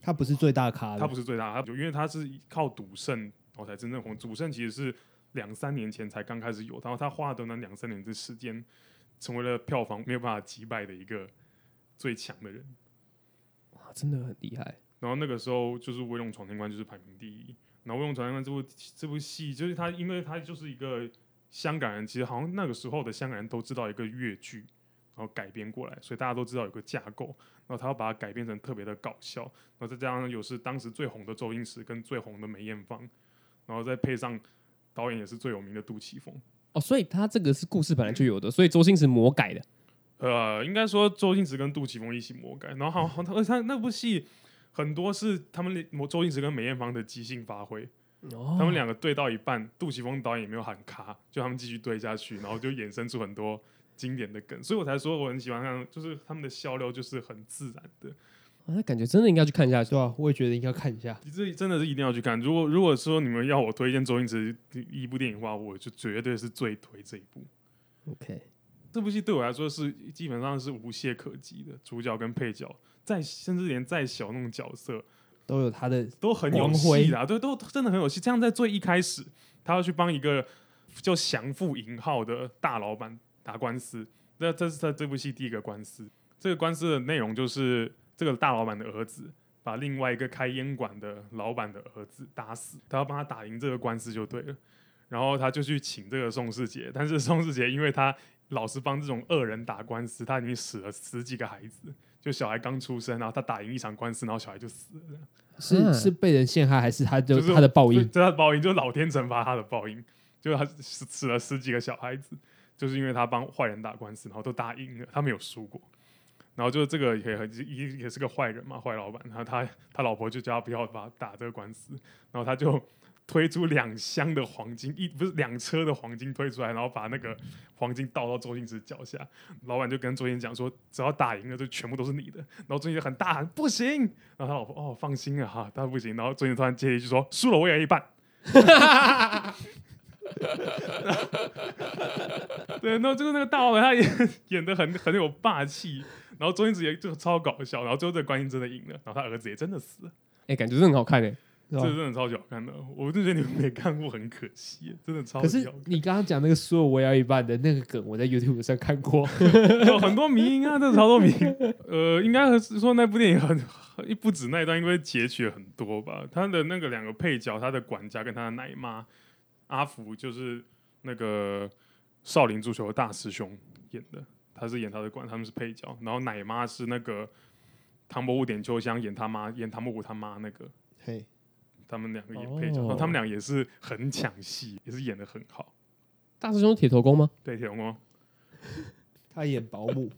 Speaker 1: 他不是最大咖的，
Speaker 2: 他不是最大，他因为他是靠赌圣，然后才真正红。赌圣其实是两三年前才刚开始有，然后他花了短短两三年的时间，成为了票房没有办法击败的一个最强的人。
Speaker 3: 哇，真的很厉害。
Speaker 2: 然后那个时候就是《威龙闯天关》就是排名第一，然后《威龙闯天关》这部这部戏就是他，因为他就是一个香港人，其实好像那个时候的香港人都知道一个粤剧，然后改编过来，所以大家都知道有个架构，然后他要把它改编成特别的搞笑，然后再加上有是当时最红的周星驰跟最红的梅艳芳，然后再配上导演也是最有名的杜琪峰。
Speaker 3: 哦，所以他这个是故事本来就有的，所以周星驰魔改的。
Speaker 2: 呃，应该说周星驰跟杜琪峰一起魔改，然后好好，而且他那部戏很多是他们那周星驰跟梅艳芳的即兴发挥。
Speaker 3: 哦
Speaker 2: 他们两个对到一半，杜琪峰导演也没有喊卡，就他们继续对下去，然后就衍生出很多经典的梗，所以我才说我很喜欢看，就是他们的笑料就是很自然的，
Speaker 3: 啊那感觉真的应该去看一下去。
Speaker 1: 对啊，我也觉得应该看一下。
Speaker 2: 这真的是一定要去看。如果如果说你们要我推荐周星驰一部电影的话，我就绝对是最推这一部。
Speaker 3: OK，
Speaker 2: 这部戏对我来说是基本上是无懈可击的，主角跟配角，再甚至连再小那种角色，
Speaker 1: 都有他的
Speaker 2: 都很有戏啦，对，都真的很有戏。这样在最一开始，他要去帮一个叫降富银号的大老板打官司，那这是他这部戏第一个官司。这个官司的内容就是这个大老板的儿子把另外一个开烟馆的老板的儿子打死，他要帮他打赢这个官司就对了。然后他就去请这个宋世杰，但是宋世杰 因为他老是帮这种恶人打官司，他已经死了十几个孩子，就小孩刚出生，然后他打赢一场官司，然后小孩就死了，
Speaker 1: 是
Speaker 3: 嗯
Speaker 1: 是被人陷害，还是他就是他的报
Speaker 2: 就
Speaker 1: 应？
Speaker 2: 这他的报应就是老天惩罚他的报应，就是他死死了十几个小孩子，就是因为他帮坏人打官司，然后都打赢了，他没有输过。然后就是这个也很也也是个坏人嘛，坏老板。然后他他老婆就叫他不要把打这个官司，然后他就推出两箱的黄金，一不是两车的黄金推出来，然后把那个黄金倒到周星驰脚下。老板就跟周星驰讲说，只要打赢了就全部都是你的。然后周星驰很大喊不行，然后他老婆哦放心啊哈，他不行。然后周星驰突然接了一句说，输了我也要一半。 对，那就是那个大老板，他演 演的很很有霸气，然后周星驰也就超搞笑，然后最后这个观音真的赢了，然后他儿子也真的死了，
Speaker 3: 哎、感觉真的很好看
Speaker 1: 对
Speaker 3: 哎、
Speaker 1: 啊
Speaker 2: 这
Speaker 1: 吧
Speaker 2: 真的超级好看的，我就觉得你们没看过很可惜，真的超
Speaker 1: 可
Speaker 2: 级
Speaker 1: 是
Speaker 2: 好看。
Speaker 1: 你刚刚讲那个所有我要一半的那个梗，我在 YouTube 上看 过。
Speaker 2: 有很多迷因啊，这超多迷因。 呃，应该是说那部电影很很不止那一段，因为截取了很多吧。他的那个两个配角，他的管家跟他的奶妈阿福，就是那个少林足球的大师兄演的，他是演他的管，他们是配角。然后奶妈是那个唐伯虎点秋香演他妈，演唐伯虎他妈那个，
Speaker 1: 嘿，
Speaker 2: 他们两个演
Speaker 3: 哦
Speaker 2: 配角，然后他们俩也是很抢戏，也是演的很好。
Speaker 3: 大师兄是铁头功吗？
Speaker 2: 对，铁龙哦，
Speaker 1: 他演保 姆，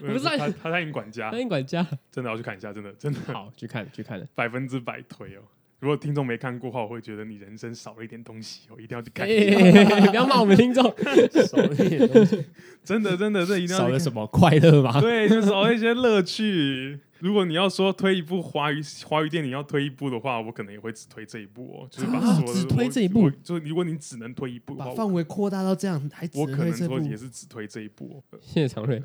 Speaker 3: 不是
Speaker 2: 他他他演管家
Speaker 3: 欢，迎管家，
Speaker 2: 真的要去看一下，真的真的。
Speaker 3: 好，去看去看了。
Speaker 2: 百分之百推哦。如果听众没看过的话，我会觉得你人生少了一点东西哦，一定要去看。
Speaker 3: 欸、不要骂我们听众，
Speaker 1: 少了一点东西，
Speaker 2: 真的，真的，这一定
Speaker 3: 少
Speaker 2: 要
Speaker 3: 了
Speaker 2: 去
Speaker 3: 什么 快乐吗
Speaker 2: 看。？对，就少了一些乐趣。如果你要说推一部华语华语电影要推一部的话，我可能也会只推这一部哦，就是把
Speaker 3: 啊
Speaker 2: 所有的
Speaker 3: 只推这一
Speaker 2: 我
Speaker 3: 部
Speaker 2: 我就是如果你只能推一部的
Speaker 1: 把
Speaker 2: 话，
Speaker 1: 范
Speaker 2: 我
Speaker 1: 围扩大到这样，还只
Speaker 2: 我可能
Speaker 1: 这
Speaker 2: 说
Speaker 1: 部。
Speaker 2: 也是只推这一部哦。
Speaker 3: 谢谢常瑞，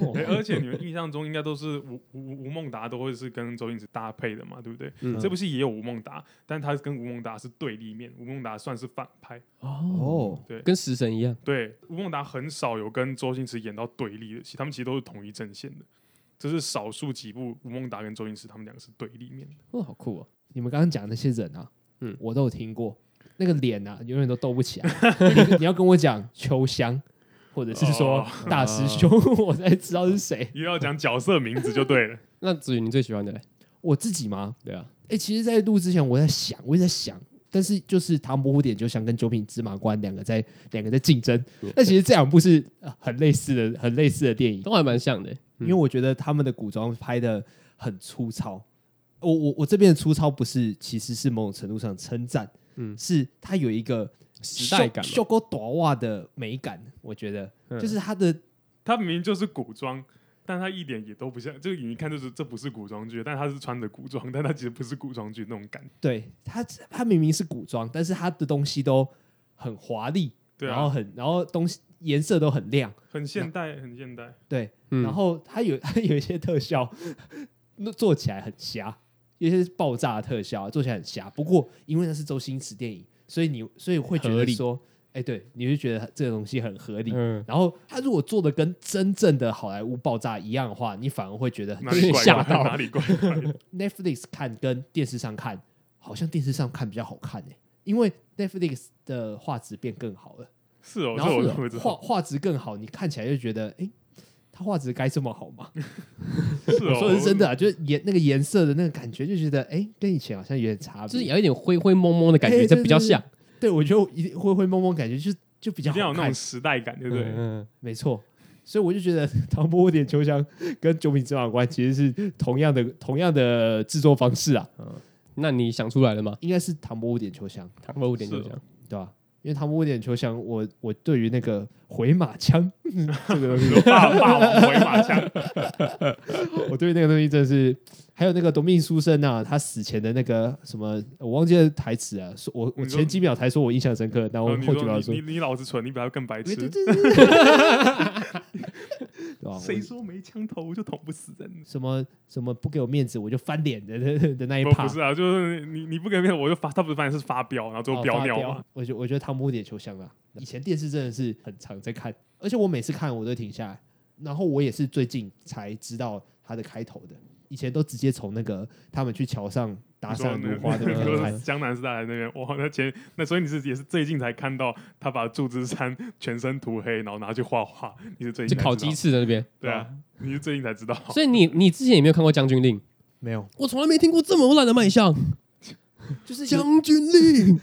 Speaker 1: 哦
Speaker 2: 哎而且你们印象中应该都是吴吴吴孟达都会是跟周星驰搭配的嘛，对不对？
Speaker 3: 嗯
Speaker 2: 这部戏也有吴孟达，但他跟吴孟达是对立面，吴孟达算是反派。
Speaker 3: 哦，
Speaker 1: 哦，
Speaker 2: 对，
Speaker 3: 跟食神一样，
Speaker 2: 对，吴孟达很少有跟周星驰演到对立的戏，他们其实都是同一阵线的，这是少数几部吴孟达跟周星驰他们两个是对立面的。
Speaker 3: 哦，好酷哦。
Speaker 1: 你们刚刚讲那些人啊，嗯
Speaker 3: 嗯，
Speaker 1: 我都有听过，那个脸啊，永远都斗不起来。你你要跟我讲秋香，或者是说
Speaker 2: 哦
Speaker 1: 大师兄， 我才知道是谁。
Speaker 2: 也要讲角色名字就对 了，
Speaker 3: 那子宇你最喜欢的嘞？
Speaker 1: 我自己吗？
Speaker 3: 对啊，
Speaker 1: 哎、其实，在录之前，我在想，我一直在想，但是就是《唐伯虎点秋香》跟《九品芝麻官》两个在两个在竞争。那其实这两部是呃很类似的，很类似的电影，
Speaker 3: 都还蛮像的、
Speaker 1: 因为我觉得他们的古装拍的很粗糙。我我我这边的粗糙不是，其实是某种程度上称赞，嗯，
Speaker 3: 嗯
Speaker 1: 是它有一个
Speaker 3: 时代感嘛
Speaker 1: 修狗短袜的美感，我觉得、
Speaker 3: 嗯
Speaker 1: 就是它的
Speaker 2: 他明明就是古装。但他一点也都不像，就是你一看就是这不是古装剧，但他是穿着古装，但他其实不是古装剧那种感觉。
Speaker 1: 对它它明明是古装，但是它的东西都很华丽，
Speaker 2: 对
Speaker 1: 然后
Speaker 2: 啊，
Speaker 1: 很然后东西颜色都很亮，
Speaker 2: 很现代，很现代。
Speaker 1: 对，
Speaker 3: 嗯
Speaker 1: 然后它有 它有一些特效，那做起来很瞎，有一些是爆炸的特效、啊、做起来很瞎。不过因为那是周星驰电影，所以你所以会觉
Speaker 3: 合
Speaker 1: 得
Speaker 3: 理
Speaker 1: 说，哎，对，你就觉得这个东西很合理。
Speaker 3: 嗯，
Speaker 1: 然后他如果做的跟真正的好莱坞爆炸一样的话，你反而会觉得很
Speaker 2: 哪里怪
Speaker 1: 吓
Speaker 2: 怪，
Speaker 1: 到。
Speaker 2: 哪里怪怪的。
Speaker 1: Netflix 看跟电视上看，好像电视上看比较好看哎、因为 Netflix 的画质变更好了，
Speaker 2: 是哦，
Speaker 1: 然
Speaker 2: 这
Speaker 1: 后
Speaker 2: 我都不知
Speaker 1: 画
Speaker 2: 道。
Speaker 1: 画质更好，你看起来就觉得，哎，它画质该这么好吗？
Speaker 2: 是
Speaker 1: 我
Speaker 2: 哦，
Speaker 1: 说的是真的、啊，就是颜那个颜色的那个感觉，就觉得哎、跟以前好像有点差别。
Speaker 3: 就是有一点灰灰蒙蒙的感觉，
Speaker 1: 哎
Speaker 3: 这比较像。
Speaker 1: 对我觉得我一定会会蒙蒙感觉，就就比
Speaker 2: 一
Speaker 1: 较
Speaker 2: 定要有
Speaker 1: 好
Speaker 2: 那
Speaker 1: 看
Speaker 2: 种，时代感，对不对？
Speaker 3: 嗯，
Speaker 1: 没错。所以我就觉得《唐伯虎点秋香》跟《九品芝麻官》其实是同样的同样的制作方式啊，
Speaker 3: 那你想出来了吗？
Speaker 1: 应该是《唐伯虎点秋香》
Speaker 3: 唐伯虎点秋
Speaker 2: 是
Speaker 3: 香，
Speaker 1: 对吧、因为《唐伯虎点秋香》，我我对于那个回马枪这个东西，
Speaker 2: 有 霸霸王回马枪，
Speaker 1: 我对于那个东西真的是，还有那个夺命书生啊，他死前的那个什么，我忘记了台词啊，说我我
Speaker 2: 你说
Speaker 1: 前几秒才说 我印象深刻，然后
Speaker 2: 然后
Speaker 1: 后几秒
Speaker 2: 哦你
Speaker 1: 说
Speaker 2: 说你你你老子蠢，你比他更白痴。
Speaker 1: 对吧？
Speaker 2: 谁
Speaker 1: 我
Speaker 2: 说没枪头就捅不死人？
Speaker 1: 什么什么不给我面子我就翻脸的的 的那一
Speaker 2: 不
Speaker 1: 趴
Speaker 2: 不，是啊，就是你你不给面，我就发，他不是发现是发飙，然后最后
Speaker 1: 哦
Speaker 2: 飙
Speaker 1: 发
Speaker 2: 尿嘛。
Speaker 1: 我觉啊我觉得汤姆点秋香啊，以前电视真的是很常在看，而且我每次看我都停下来，然后我也是最近才知道它的开头的，以前都直接从那个他们去桥上搭
Speaker 2: 说
Speaker 1: 讪
Speaker 2: 那
Speaker 1: 如花的
Speaker 2: 你
Speaker 1: 那
Speaker 2: 说
Speaker 1: 个开
Speaker 2: 江南时代那边，哇，那前那所以你是也是最近才看到他把祝枝山全身涂黑，然后拿去画画，你是最
Speaker 3: 就
Speaker 2: 近才
Speaker 3: 烤
Speaker 2: 知道
Speaker 3: 鸡，翅的那边。
Speaker 2: 对啊，你是最近才知道，
Speaker 3: 所以你你之前也没有看过《将军令》，
Speaker 1: 没有，
Speaker 3: 我从来没听过这么烂的卖相，
Speaker 1: 就是
Speaker 3: 《
Speaker 1: 有
Speaker 3: 将军令》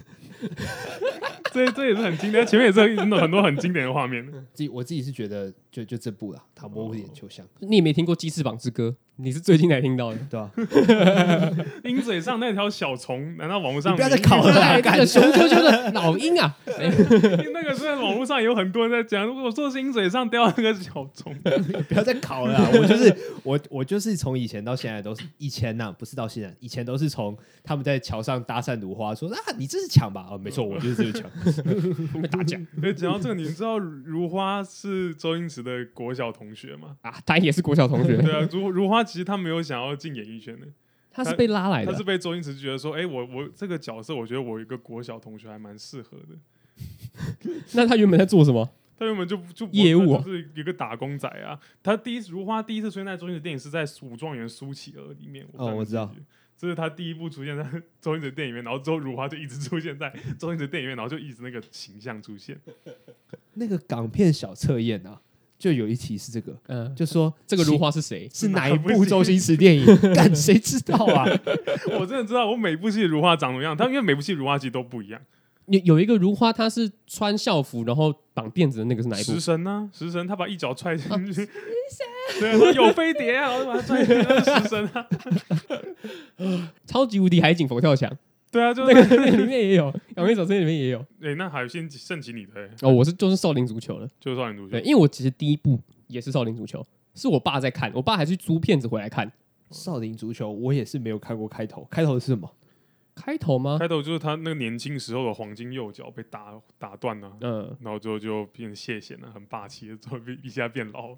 Speaker 2: 这这也是很经典，前面也是很多很多很经典的画面，
Speaker 1: 自己我自己是觉得就就这部啦，《唐伯虎点秋香》
Speaker 3: 你也没听过《鸡翅膀之歌》，你是最近才听到的。
Speaker 1: 对啊 吧、
Speaker 2: 鹰嘴上那条小虫，难道网络上
Speaker 1: 你不要再
Speaker 2: 名字
Speaker 1: 考了啦
Speaker 3: 哎，这个雄赳赳的老鹰啊，
Speaker 2: 那个是在网络上有很多人在讲，如果我说是鹰嘴上掉那个小虫，
Speaker 4: 不要再考了啦，
Speaker 1: 啊
Speaker 4: 我就是我，我就是从以前到现在都是以前呐、不是到现在，以前都是从他们在桥上搭讪如花，说啊，你这是抢吧？哦，没错，我就是这个 抢。
Speaker 3: 被打 架
Speaker 2: 哎，讲到这个，你知道如花是周星驰的国小同学 吗？
Speaker 3: 啊！他也是国小同学，
Speaker 2: 对啊，如如花其实她没有想要进演艺圈的，
Speaker 3: 他是被拉来
Speaker 2: 她是
Speaker 3: 的。
Speaker 2: 被周星驰觉得说，哎、我我这个角色，我觉得我有一个国小同学还蛮适合的。
Speaker 3: 那他原本在做什么？
Speaker 2: 他原本就就不
Speaker 3: 业务啊
Speaker 2: 就是一个打工仔啊。他第一次如花第一次出现在周星驰电影是在《武状元苏乞儿》里面，
Speaker 1: 哦我知道
Speaker 2: 不你记得，这是他第一部出现在 周星驰电影里面，然后之后如花就一直出现在周星驰电影里面，然后就一直那个形象出现。
Speaker 1: 那个港片小测验啊，就有一题是这个，
Speaker 3: 嗯，
Speaker 1: 就说
Speaker 3: 这个如花是谁？
Speaker 1: 是哪一部周星驰电影？干谁知道啊？
Speaker 2: 我真的知道，我每部戏如花长什么样，他因为每部戏如花其实都不一样。
Speaker 3: 有有一个如花，她是穿校服然后绑辫子的那个是哪一部
Speaker 2: 食？神呢、食神他把一脚踹进 去，对，他有飞碟啊，我就把他踹进去，那是食神 啊，
Speaker 3: 超级无敌海景佛跳墙，
Speaker 2: 对啊，就
Speaker 3: 那
Speaker 2: 是
Speaker 3: 个那里面也有，两位小生里面也有。
Speaker 2: 哎、那还有先盛起你的、欸，
Speaker 3: 哦，我是就是少林足球了，
Speaker 2: 就是少年足球
Speaker 3: 对，，因为我其实第一部也是少林足球，是我爸在看，我爸还去租片子回来看。
Speaker 1: 少林足球我也是没有看过开头，开头是什么？
Speaker 3: 开头吗？
Speaker 2: 开头就是他那个年轻时候的黄金右脚被打打断了、
Speaker 3: 嗯，
Speaker 2: 然后之后就变谢贤了，很霸气，之后变一下变老，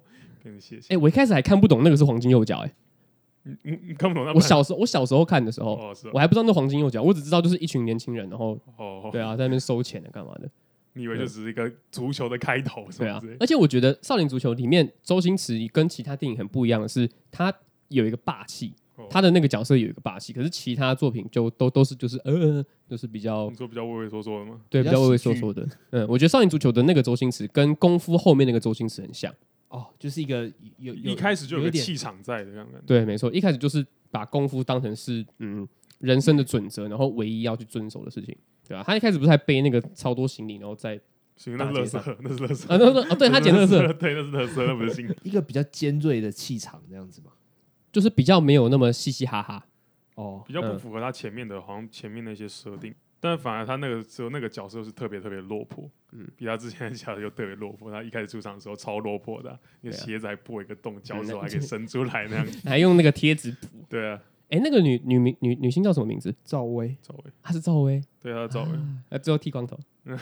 Speaker 2: 变成谢贤。
Speaker 3: 哎，我一开始还看不懂那个是黄金右脚，哎，
Speaker 2: 你你你看不懂他
Speaker 3: 我
Speaker 2: 们
Speaker 3: 小时候我小时候看的时候，
Speaker 2: 啊哦是
Speaker 3: 我
Speaker 2: 哦
Speaker 3: 还不知道那黄金右脚，我只知道就是一群年轻人，然后
Speaker 2: 哦，
Speaker 3: 对啊，在那边收钱的干嘛的，
Speaker 2: 你以为就只是一个足球的开头是
Speaker 3: 对
Speaker 2: 吧
Speaker 3: 啊？。而且我觉得少林足球里面周星驰跟其他电影很不一样的是，他有一个霸气
Speaker 2: 哦，
Speaker 3: 他的那个角色有一个霸气，可是其他作品就都都是就是呃，就是比较
Speaker 2: 你说嗯比较畏畏缩缩的吗？
Speaker 3: 对，
Speaker 1: 比
Speaker 3: 比
Speaker 1: 较
Speaker 3: 较畏畏
Speaker 1: 喜
Speaker 3: 缩
Speaker 1: 剧
Speaker 3: 缩的。嗯，我觉得少林足球的那个周星驰跟功夫后面那个周星驰很像。
Speaker 1: 哦，就是一个有有
Speaker 2: 一开始就有
Speaker 1: 有
Speaker 2: 个
Speaker 1: 一点
Speaker 2: 气场在的这样感觉。
Speaker 3: 对，没错，一开始就是把功夫当成是嗯人生的准则，然后唯一要去遵守的事情，对吧、他一开始不是还背那个超多行李，然后再
Speaker 2: 行，那是乐色，那是乐色
Speaker 3: 啊，那那哦， 对他捡垃圾，，
Speaker 2: 对，那是乐色，那不是新。
Speaker 1: 一个比较尖锐的气场这样子嘛。
Speaker 3: 就是比较没有那么嘻嘻哈哈。
Speaker 1: 哦，
Speaker 2: 比较不
Speaker 3: 嗯
Speaker 2: 符合他前面的，好像前面那些设定。但反而他那个时候那个角色是特别特别落魄，嗯
Speaker 3: 嗯，
Speaker 2: 比他之前的角色就特别落魄。他一开始出场的时候超落魄的啊，那
Speaker 3: 对啊
Speaker 2: 鞋子还破一个洞，脚
Speaker 3: 嗯
Speaker 2: 手
Speaker 3: 那
Speaker 2: 还可以伸出来那样。
Speaker 3: 还用那个贴纸，
Speaker 2: 对啊，
Speaker 3: 哎，那个女女名女女星叫什么名字？
Speaker 1: 赵薇
Speaker 2: 赵薇，
Speaker 3: 她是赵薇，
Speaker 2: 对啊，赵薇，
Speaker 3: 呃，最后剃光头。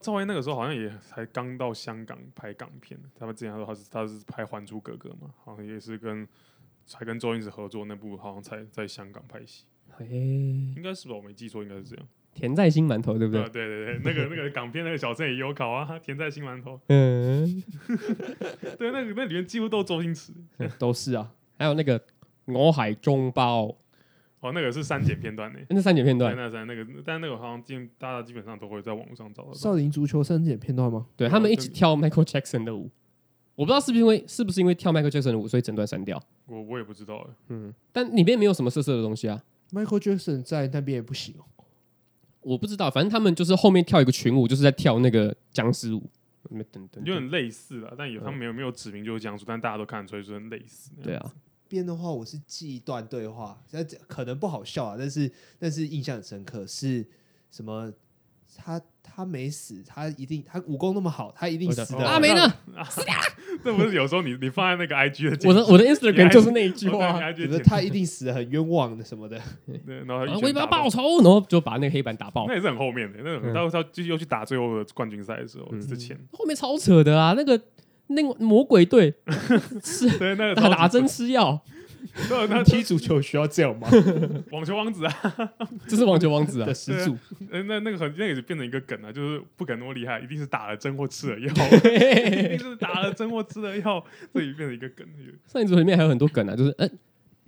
Speaker 2: 赵薇那个时候好像也才刚到香港拍港片，他们之前他说他是他是拍《还珠格格》嘛，好像也是跟才跟周星驰合作那部，好像才在香港拍戏，
Speaker 3: 哎，
Speaker 2: 应该是吧？我没记错，应该是这样。
Speaker 3: 甜在心馒头，对不
Speaker 2: 对啊
Speaker 3: 对？
Speaker 2: 对对对，那个那个港片那个小镇也有搞啊， 甜在新馒头。
Speaker 3: 嗯，
Speaker 2: 对，那个那里面几乎都是周星驰。
Speaker 1: 都是啊，
Speaker 3: 还有那个我海中包，
Speaker 2: 哦，那个是删减片段呢、
Speaker 3: 那三剪片
Speaker 2: 对，
Speaker 3: 段，
Speaker 2: 那三那个，但那个好像基本大家基本上都会在网上找得到。
Speaker 1: 少林足球删减片段吗？
Speaker 3: 对
Speaker 2: 有
Speaker 3: 他们一
Speaker 2: 这
Speaker 3: 起
Speaker 2: 个
Speaker 3: 跳 Michael Jackson 的舞，我不知道是不是因为是不是因为跳 Michael Jackson 的舞，所以整段删掉。
Speaker 2: 我我也不知道欸、
Speaker 3: 嗯，但里面没有什么色色的东西啊，
Speaker 1: Michael Jackson 在那边也不行哦，
Speaker 3: 我不知道，反正他们就是后面跳一个群舞，就是在跳那个僵尸舞，嗯等等，
Speaker 2: 有点类似啦，但也
Speaker 3: 嗯
Speaker 2: 他们没有没有指名就是江苏，但大家都看得出来就是很类似那
Speaker 3: 对
Speaker 2: 样。
Speaker 3: 啊，
Speaker 1: 边的话，我是记一段对话，那可能不好笑啊，但是但是印象很深刻，是什么？他他没死，他一定他武功那么好，他一定
Speaker 3: 我
Speaker 1: 死的。
Speaker 3: 的
Speaker 2: 对啊
Speaker 3: 阿梅呢？
Speaker 2: 这不是有时候你你放在那个 IG 的
Speaker 3: 我的我的
Speaker 2: 你还
Speaker 3: Instagram 就是那一句话啊，
Speaker 2: i
Speaker 1: 觉
Speaker 2: g
Speaker 1: 得
Speaker 2: 的
Speaker 1: 他一定死的很冤枉的什么的，
Speaker 2: 剪对然后他一拳
Speaker 3: 我一把
Speaker 2: 打爆
Speaker 3: 报，仇，然后就把那个黑板打爆
Speaker 2: 那，也是很后面的、那种
Speaker 3: 嗯
Speaker 2: 到到就又去打最后的冠军赛的时候
Speaker 3: 嗯
Speaker 2: 之前，
Speaker 3: 后面超扯的啊，那个那个魔鬼队
Speaker 2: 对那个
Speaker 3: 打
Speaker 2: 超级
Speaker 3: 打针吃药，
Speaker 2: 对，那
Speaker 1: 踢足球需要这 样吗？
Speaker 2: 网球王子啊，
Speaker 3: 这是网球王子啊
Speaker 1: 的，始祖，
Speaker 2: 呃那那个很那个也变成一个梗啊，就是不敢那么厉害，一定是打了针或吃了药， 一定是打了针或吃了药，这也变成一个梗。
Speaker 3: 上一组里面还有很多梗啊，就是呃，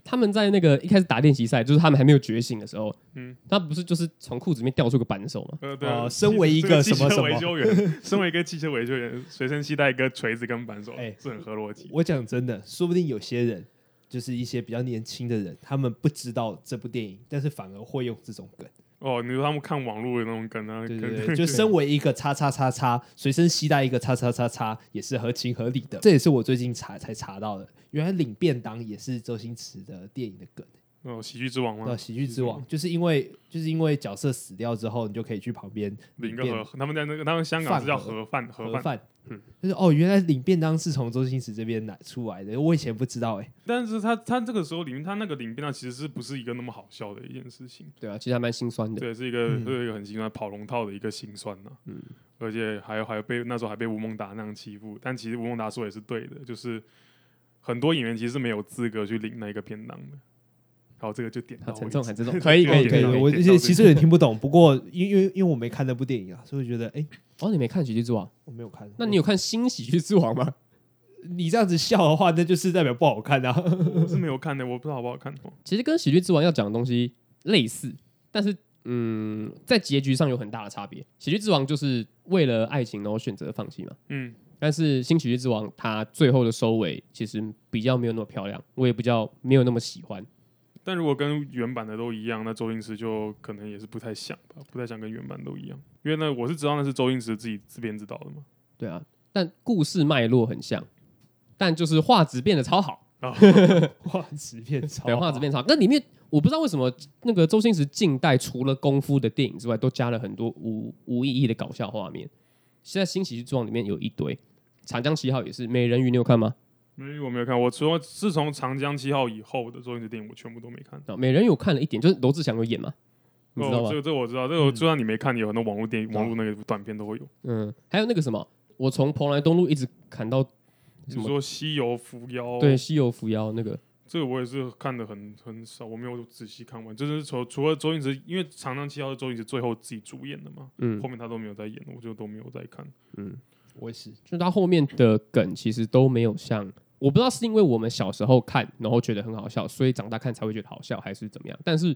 Speaker 3: 他们在那个一开始打练习赛，就是他们还没有觉醒的时候，
Speaker 2: 嗯，
Speaker 3: 他不是就是从裤子里面掉出个扳手嘛？
Speaker 2: 呃，对
Speaker 1: 哦
Speaker 2: 啊，
Speaker 1: 身为一
Speaker 2: 这
Speaker 1: 个
Speaker 2: 汽
Speaker 1: 什么
Speaker 2: 车
Speaker 1: 什
Speaker 2: 维
Speaker 1: 么
Speaker 2: 修员，身为一个汽车维修员，随身携带一个锤子跟扳手，
Speaker 1: 哎
Speaker 2: 是很合逻辑。
Speaker 1: 我讲真的，说不定有些人就是一些比较年轻的人，他们不知道这部电影，但是反而会用这种梗。
Speaker 2: 哦，你说他们看网络的那种梗啊，
Speaker 1: 对
Speaker 2: 跟
Speaker 1: 对 对，就身为一个叉叉叉叉，随身携带一个叉叉叉叉，也是合情合理的。这也是我最近查才查到的，原来领便当也是周星驰的电影的梗。
Speaker 2: 哦喜剧之王
Speaker 1: 对，
Speaker 2: 吗？
Speaker 1: 喜剧之王就是因为就是因为角色死掉之后，你就可以去旁边
Speaker 2: 领个
Speaker 1: 便
Speaker 2: 盒，他们在那个他们香港是叫盒饭，盒
Speaker 1: 盒
Speaker 2: 饭。
Speaker 1: 饭
Speaker 2: 嗯，
Speaker 1: 就是哦，原来领便当是从周星驰这边来出来的，我以前不知道哎、
Speaker 2: 但是他他这个时候里面他那个领便当其实是不是一个那么好笑的一件事情？
Speaker 3: 对啊，其实还蛮心酸的。
Speaker 2: 对，是一个是一个很心酸跑龙套的一个心酸呐、嗯，而且还还被那时候还被吴孟达那样欺负，但其实吴孟达说也是对的，就是很多演员其实是没有资格去领那个便当的。好，这个就点
Speaker 3: 好
Speaker 2: 到
Speaker 3: 沉
Speaker 2: 为
Speaker 3: 重
Speaker 2: 止
Speaker 3: 很沉重
Speaker 2: 对
Speaker 3: 可以
Speaker 2: 对
Speaker 3: 可以
Speaker 2: 对
Speaker 3: 可以
Speaker 2: 对
Speaker 1: 哦我
Speaker 2: 点
Speaker 1: 而
Speaker 2: 到
Speaker 1: 且
Speaker 2: 为
Speaker 1: 其实
Speaker 2: 止
Speaker 1: 有点听不懂，不过因为因为因为我没看那部电影啊，所以我觉得哎、
Speaker 3: 哦，你没看《喜剧之王》？
Speaker 1: 我没有看。
Speaker 3: 那你有看《新喜剧之王》吗？
Speaker 1: 你这样子笑的话，那就是代表不好看啊。
Speaker 2: 我是没有看的，我不知道好不好看哦。
Speaker 3: 其实跟《喜剧之王》要讲的东西类似，但是嗯，在结局上有很大的差别。《喜剧之王》就是为了爱情然后选择放弃嘛，
Speaker 2: 嗯，
Speaker 3: 但是《新喜剧之王》它最后的收尾其实比较没有那么漂亮，我也比较没有那么喜欢。
Speaker 2: 但如果跟原版的都一样，那周星驰就可能也是不太想吧，不太想跟原版都一样，因为呢，我是知道那是周星驰自己自编自导的嘛。
Speaker 3: 对啊，但故事脉络很像，但就是画质变得超好，
Speaker 2: 啊，
Speaker 1: 画质变超
Speaker 3: 对，
Speaker 1: 好
Speaker 3: 画质变超好。那里面我不知道为什么那个周星驰近代除了功夫的电影之外，都加了很多无无意义的搞笑画面。现在新喜剧之王里面有一堆，《长江七号》也是，《美人鱼》你有看吗？
Speaker 2: 因为我没有看，我除了自从《长江七号》以后的周星驰电影，我全部都没看。
Speaker 3: 啊，《美人鱼》我看了一点，就是罗志祥有演嘛，你知
Speaker 2: 哦，
Speaker 3: 道嗯吗
Speaker 2: 这？个这个我知道，这个我就算你没看，有很多网络电
Speaker 3: 啊
Speaker 2: 影、网络那个短片都会有。
Speaker 3: 嗯，还有那个什么，我从蓬莱东路一直砍到
Speaker 2: 哦比
Speaker 3: 什
Speaker 2: 如
Speaker 3: 么？
Speaker 2: 说《西游伏妖》，
Speaker 3: 对，，西游伏妖那个，
Speaker 2: 这个我也是看的很很少，我没有仔细看完。就是除除了周星驰，因为《长江七号》是周星驰最后自己主演的嘛，
Speaker 3: 嗯
Speaker 2: 后，面他都没有在演，我就都没有在看。
Speaker 1: 我也是，
Speaker 3: 就是他后面的梗其实都没有像，我不知道是因为我们小时候看，然后觉得很好笑，所以长大看才会觉得好笑，还是怎么样？但是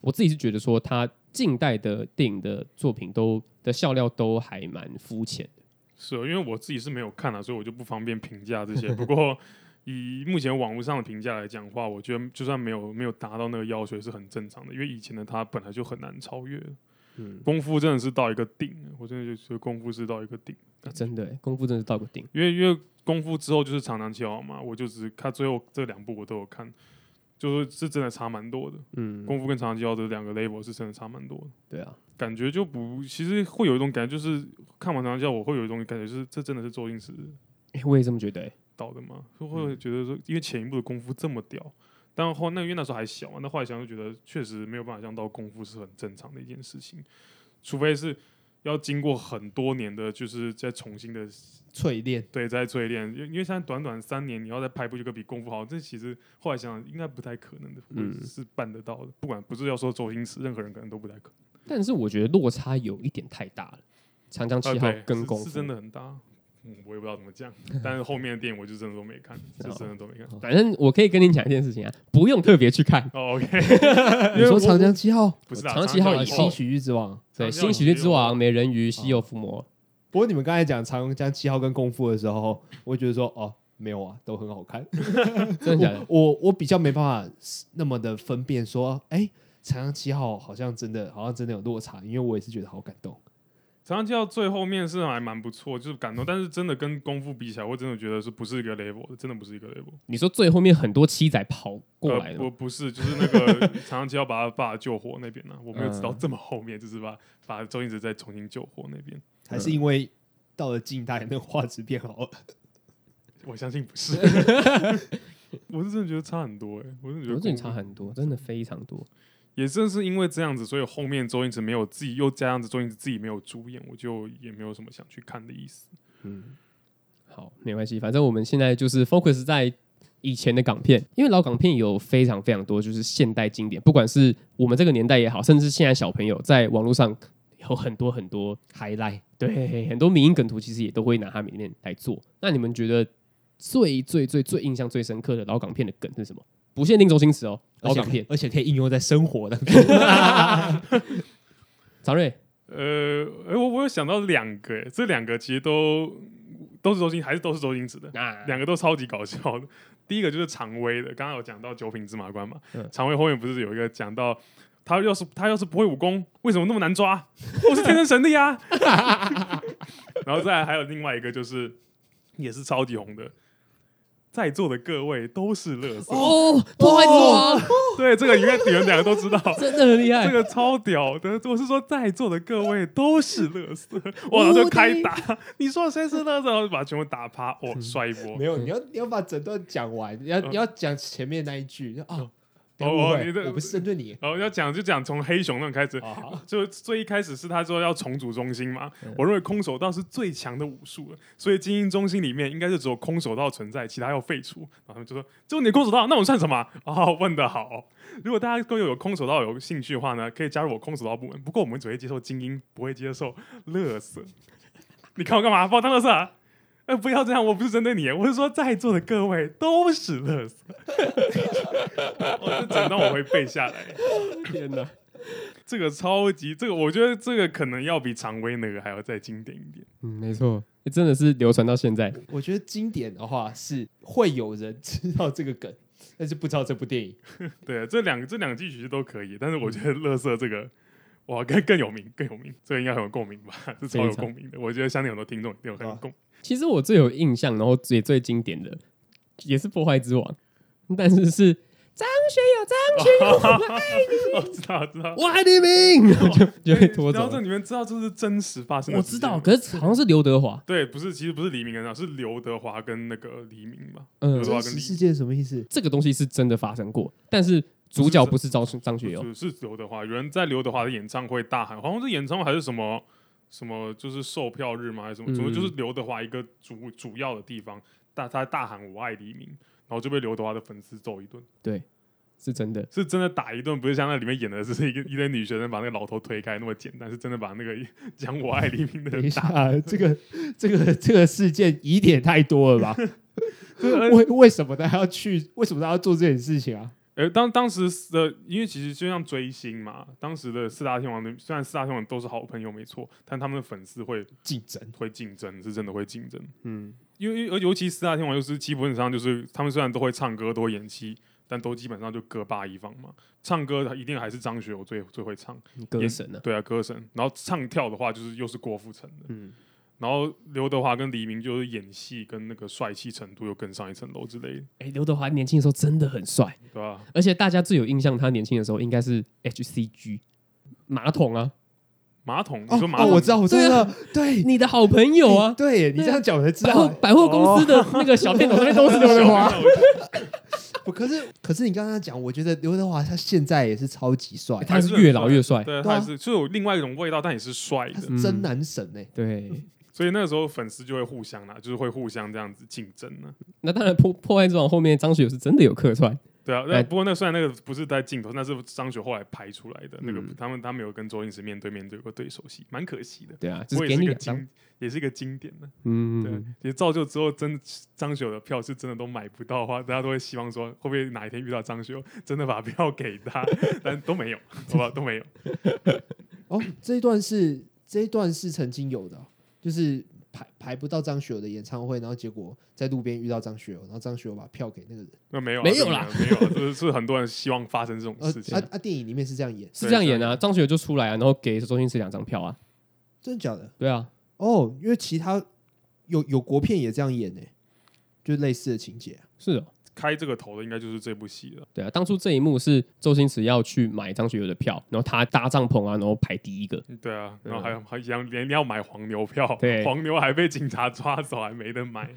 Speaker 3: 我自己是觉得说，他近代的电影的作品都的笑料都还蛮肤浅的。
Speaker 2: 是哦，因为我自己是没有看啊，所以我就不方便评价这些。不 过以目前网络上的评价来讲的话，我觉得就算没有没有达到那个要求也是很正常的，因为以前的他本来就很难超越。
Speaker 3: 嗯，
Speaker 2: 功夫真的是到一个顶了，我真的就觉得功夫是到一个顶。
Speaker 3: 啊真的耶，功夫真的是到个顶。
Speaker 2: 因为因为功夫之后就是长长七号嘛，我就只看最后这两部我都有看，就是是真的差蛮多的。
Speaker 3: 嗯，
Speaker 2: 功夫跟长长七号这两个 level 是真的差蛮多的，
Speaker 3: 对啊，
Speaker 2: 感觉就不，其实会有一种感觉，就是看完长长七号，我会有一种感觉是，这真的是周星驰
Speaker 3: 诶我也这么觉得欸耶。
Speaker 2: 导的嘛，就会觉得说，因为前一部的功夫这么屌。但后那因为那时候还小嘛，那后来想就觉得确实没有办法像到功夫是很正常的一件事情，除非是要经过很多年的，就是再重新的
Speaker 1: 淬炼。
Speaker 2: 对，在淬炼，因为因为现在短短三年，你要再拍部一个比功夫好，这其实后来想想应该不太可能的，
Speaker 3: 嗯
Speaker 2: 嗯、是办得到的。不管不是要说周星驰，任何人可能都不太可能。
Speaker 3: 但是我觉得落差有一点太大了，《长江七号
Speaker 2: 啊对》
Speaker 3: 跟
Speaker 2: 是
Speaker 3: 功夫、
Speaker 2: 是真的，很大。嗯，我也不知道怎么 讲，但是后面的电影我就真的都没看，
Speaker 3: 哦
Speaker 2: 就真的都没看。
Speaker 3: 反正我可以跟你讲一件事情啊，不用特别去看。
Speaker 2: 哦，OK，
Speaker 1: 你说长江七号，
Speaker 2: 不是啦
Speaker 3: 长期号以
Speaker 2: 长期
Speaker 3: 后
Speaker 1: 新喜剧之王。
Speaker 2: 啊
Speaker 3: 对，《新喜剧之王》《美人鱼》《西游伏魔》
Speaker 1: 不过你们刚才讲长江七号跟功夫的时候，我觉得说哦，没有啊，都很好看。
Speaker 3: 真的假的？
Speaker 1: 我我比较没办法那么的分辨说，哎、长江七号好像真的好像真的有落差，因为我也是觉得好感动。
Speaker 2: 长江七号最后面是还蛮不错，就是感动，但是真的跟功夫比起来，我真的觉得是不是一个 level，的真的不是一个 level。
Speaker 3: 你说最后面很多七仔跑过来
Speaker 2: 呃
Speaker 3: 了吗
Speaker 2: 不，不是，就是那个长江七号把他爸救活那边呢、我没有知道
Speaker 3: 嗯
Speaker 2: 这么后面，就是把把周星驰再重新救活那边。
Speaker 4: 嗯
Speaker 1: 还是因为到了近代，那个画质变好了。
Speaker 2: 我相信不 是，我是真的觉得差很多哎、我是觉
Speaker 3: 我
Speaker 2: 得
Speaker 3: 真
Speaker 2: 功夫
Speaker 3: 的差很多，真的非常多。
Speaker 2: 也正是因为这样子，所以后面周星驰没有自己，又加上周星驰自己没有主演，我就也没有什么想去看的意思。
Speaker 3: 好，没关系，反正我们现在就是 focus 在以前的港片，因为老港片有非常非常多就是现代经典，不管是我们这个年代也好，甚至现在小朋友在网络上有很多很多
Speaker 4: highlight
Speaker 3: 对，很多民音梗图其实也都会拿它里面来做。那你们觉得最最最最印象最深刻的老港片的梗是什么？不限定周星驰哦，老
Speaker 4: 而且
Speaker 3: 港
Speaker 4: 可以
Speaker 3: 片。
Speaker 4: 而且可以应用在生活当中。
Speaker 3: 常瑞，
Speaker 2: 呃，哎、我我有想到两个、哎这两个其实都都是周星，还是都是周星驰的，
Speaker 3: 那
Speaker 2: 两个都超级搞笑的。 第一个就是常威的，刚刚有讲到九品芝麻官嘛，
Speaker 3: 嗯
Speaker 2: 常威后面不是有一个讲到他要是他要是不会武功，为什么那么难抓？我是天生神力啊！ 然后再来还有另外一个就是也是超级红的，在座的各位都是乐色，
Speaker 3: 哦，破坏之王
Speaker 2: 对这个应该你们两个都知 道。
Speaker 3: 真的很厉害
Speaker 2: 这。个超屌的，我是说在座的各位都是乐色，哇，然后就开打，你说谁是乐色，然后就把全部打趴，哦，
Speaker 3: 嗯
Speaker 2: 摔一波
Speaker 4: 没，有，你要你要把整段讲完，你要你要讲前面那一句就啊，不要
Speaker 2: 哦
Speaker 4: 误
Speaker 2: 哦你
Speaker 4: 会
Speaker 2: 这
Speaker 4: 我不是针对你。
Speaker 2: 然后要讲就讲从黑熊那种开始，
Speaker 1: 哦
Speaker 4: 啊，好
Speaker 2: 就最一开始是他说要重组中心嘛，我认为空手道是最强的武术了，所以精英中心里面应该就只有空手道存在，其他要废除。然后他们就说：“只有你的空手道，那我算什么啊？”哦，问的好。 如果大家各位有空手道有兴趣的话呢，可以加入我空手道部门。不过我们只会接受精英，不会接受乐色。 你看我干嘛？把我当乐色啊？哎、不要这样！我不是针对你，我是说在座的各位都是乐色。 我这整段我会背下来。
Speaker 3: 天哪，
Speaker 2: 这个超级，这个我觉得这个可能要比常威那个还要再经典一点。
Speaker 3: 嗯，没错，真的是流传到现在。
Speaker 4: 我觉得经典的话是会有人知道这个梗， 但是不知道这部电 影。
Speaker 2: 对，这两这两季其实都可以，但是
Speaker 3: 嗯
Speaker 2: 我觉得乐色这个。哇，更更有名，更有名，这个应该很有共鸣吧？ 这超有
Speaker 3: 非常
Speaker 2: 共鸣的，我觉得相信很多听众一定有很有共鸣。
Speaker 3: 其实我最有印象，然后也最经典的，也是破坏之王，但是是张学友张学友，啊
Speaker 2: 我哦知道，知 道，
Speaker 3: 我爱黎明， 就就被拖
Speaker 2: 然
Speaker 3: 走
Speaker 2: 后这
Speaker 3: 了。
Speaker 2: 里面知道这是真实发生的
Speaker 3: 我
Speaker 2: 事
Speaker 3: 知
Speaker 2: 件吗，
Speaker 3: 道，可是好像是刘德华，
Speaker 2: 对，不是，其实不是黎明跟他，是刘德华跟那个黎明吧？
Speaker 3: 嗯
Speaker 2: 刘，德华跟黎
Speaker 4: 世
Speaker 2: 明
Speaker 4: 界什么意 思？
Speaker 3: 这个东西是真的发生过，但是主角不是张张学友，
Speaker 4: 哦
Speaker 2: 是是刘德华，有人在刘德华的演唱会大喊，好像是演唱会还是什么什么，就是售票日吗？还是什么？
Speaker 3: 嗯
Speaker 2: 总之就是刘德华一个主主要的地方，大他大喊“我爱黎明”，然后就被刘德华的粉丝揍一顿，
Speaker 3: 对，是真的。
Speaker 2: 是真的打一顿，不是像那里面演的，只是一个一堆女学生把那个老头推开那么简单，是真的把那个 讲“我爱黎明”的
Speaker 4: 等一
Speaker 2: 人打。
Speaker 4: 下，这个这个这个事件疑点太多 了吧？
Speaker 2: 呃
Speaker 4: 为为什么他要去？为什么他要做这件事情啊？
Speaker 2: 呃，当当时的，因为其实就像追星嘛，当时的四大天王的，虽然四大天王都是好朋友没错，但他们的粉丝会
Speaker 4: 竞争
Speaker 2: 会竞争，是真的会竞争。
Speaker 3: 嗯，
Speaker 2: 因为尤尤其四大天王就是基本上就是他们虽然都会唱歌，都会演戏，但都基本上就各霸一方嘛。唱歌一定还是张学友最最会唱，
Speaker 3: 歌神啊，
Speaker 2: 对啊，歌神。然后唱跳的话，就是又是郭富城的。
Speaker 3: 嗯，
Speaker 2: 然后刘德华跟黎明就是演戏跟那个帅气程度又更上一层楼之类的，
Speaker 3: 哎，刘德华年轻的时候真的很帅，
Speaker 2: 对吧、
Speaker 3: 而且大家最有印象，他年轻的时候应该是 HCG 马桶啊，
Speaker 2: 马桶，你
Speaker 4: 哦
Speaker 2: 说马
Speaker 4: 哦，
Speaker 2: 桶，
Speaker 4: 我知道，我知道，对
Speaker 3: 你的好朋友啊，
Speaker 4: 对你这样讲我才知
Speaker 3: 百
Speaker 4: 道
Speaker 3: 货。百货公司的那个小电脑上面 都是刘德华，
Speaker 4: 不可是可是你刚刚讲，我觉得刘德华他现在也是超级帅，
Speaker 3: 他是越老越帅，
Speaker 2: 对，
Speaker 4: 对
Speaker 2: 他
Speaker 4: 啊
Speaker 2: 也是就有另外一种味道，但也是帅
Speaker 4: 他
Speaker 2: 的。
Speaker 4: 是真男神哎、
Speaker 3: 对。
Speaker 2: 所以那个时候粉丝就会互相啦，啊就是会互相这样子竞争啊呢、
Speaker 3: 那当然破破坏之王后面张学友是真的有客串，
Speaker 2: 对啊，
Speaker 3: 哎
Speaker 2: 那不过那虽然那个不是在镜头，那是张学后来拍出来的那个，
Speaker 3: 嗯
Speaker 2: 他们他们有跟周星驰面对面对过对手戏，蛮可惜的。
Speaker 3: 对啊，就
Speaker 2: 不过
Speaker 3: 是
Speaker 2: 也是
Speaker 3: 给你
Speaker 2: 一个
Speaker 3: 两张，
Speaker 2: 经，也是一个经典的。对，
Speaker 3: 嗯，
Speaker 2: 也造就之后真张学友的票是真的都买不到的话，大家都会希望说，会不会哪一天遇到张学友，真的把票给他， 但都没有，好吧，都没有。
Speaker 4: 哦，这一段是这一段是曾经有的哦，就是排排不到张学友的演唱会，然后结果在路边遇到张学友，然后张学友把票给那个人。
Speaker 2: 那没有啊，
Speaker 3: 没有啦
Speaker 2: 这没有啊，这是很多人希望发生这种
Speaker 4: 呃
Speaker 2: 事，情
Speaker 4: 啊。啊，电影里面是这样演，
Speaker 3: 是这样演啊，张学友就出来啊，然后给周星驰两张票啊，
Speaker 4: 真的假的？
Speaker 3: 对啊，
Speaker 4: 哦，因为其他有有国片也这样演呢、就类似的情节啊、
Speaker 3: 是哦，
Speaker 2: 开这个头的应该就是这部戏了。
Speaker 3: 对啊，当初这一幕是周星驰要去买张学友的票，然后他搭帐篷啊，然后排第一个，
Speaker 2: 对啊，
Speaker 3: 对
Speaker 2: 然后
Speaker 3: 啊
Speaker 2: 还有还想连要买黄牛票，
Speaker 3: 对
Speaker 2: 黄牛还被警察抓走，还没得买。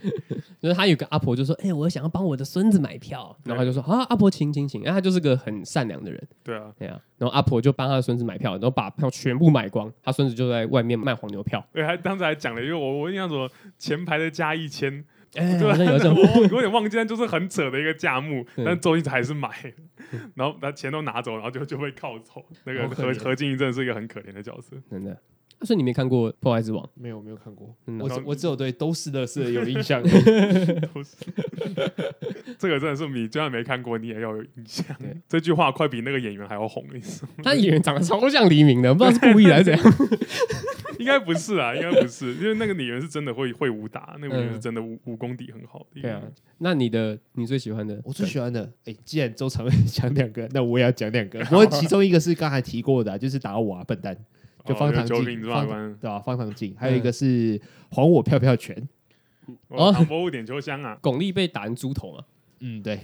Speaker 3: 就是他有个阿婆就说：“哎、我想要帮我的孙子买票。”然后他就说：“啊，阿婆，请请请。”然后他就是个很善良的人，
Speaker 2: 对啊，
Speaker 3: 对啊。然后阿婆就帮他的孙子买票，然后把票全部买光，他孙子就在外面卖黄牛票。
Speaker 2: 对，还当时还讲了，因为我我印象中前排的加一千，
Speaker 3: 哎，好像有一种
Speaker 2: 我我有点忘记，但就是很扯的一个价目，
Speaker 3: 对
Speaker 2: 但周星驰还是买， 然后他钱都拿走，然后就就被铐走。那个
Speaker 3: 好可
Speaker 2: 何
Speaker 3: 怜
Speaker 2: 何静怡真的是一个很可怜的角色。
Speaker 3: 真的。但是你没看过《破坏之 王》，
Speaker 1: 没有没有看过，
Speaker 3: 嗯
Speaker 1: 我只我只有对都是乐色有印 象。
Speaker 2: 这个真的是你就算没看过，你也要有印象
Speaker 3: 对。
Speaker 2: 这句话快比那个演员还要红，你知道吗
Speaker 3: 他演员长得超像黎明的，不知道是故意的还是怎样。
Speaker 2: 应该不是啊，应该不是，因为那个演员是真的会会武打，那个演员
Speaker 3: 嗯
Speaker 2: 是真的武武功底很好的一个
Speaker 3: 对啊
Speaker 2: 人。，
Speaker 3: 那你的你最喜欢的，
Speaker 1: 我最喜欢的，哎、既然周长远讲两个，那我也要讲 两个。我其中一个是刚才提过的啊、就是打我啊，笨蛋，就方唐
Speaker 2: 九
Speaker 1: 镜
Speaker 2: 品芝，麻
Speaker 1: 方
Speaker 2: 官，
Speaker 1: 对吧、方唐镜，还有一个是还我票票拳。
Speaker 2: 哦
Speaker 3: 哦，
Speaker 2: 唐伯虎点秋香啊，
Speaker 3: 巩俐被打成猪头嘛？
Speaker 1: 嗯，对，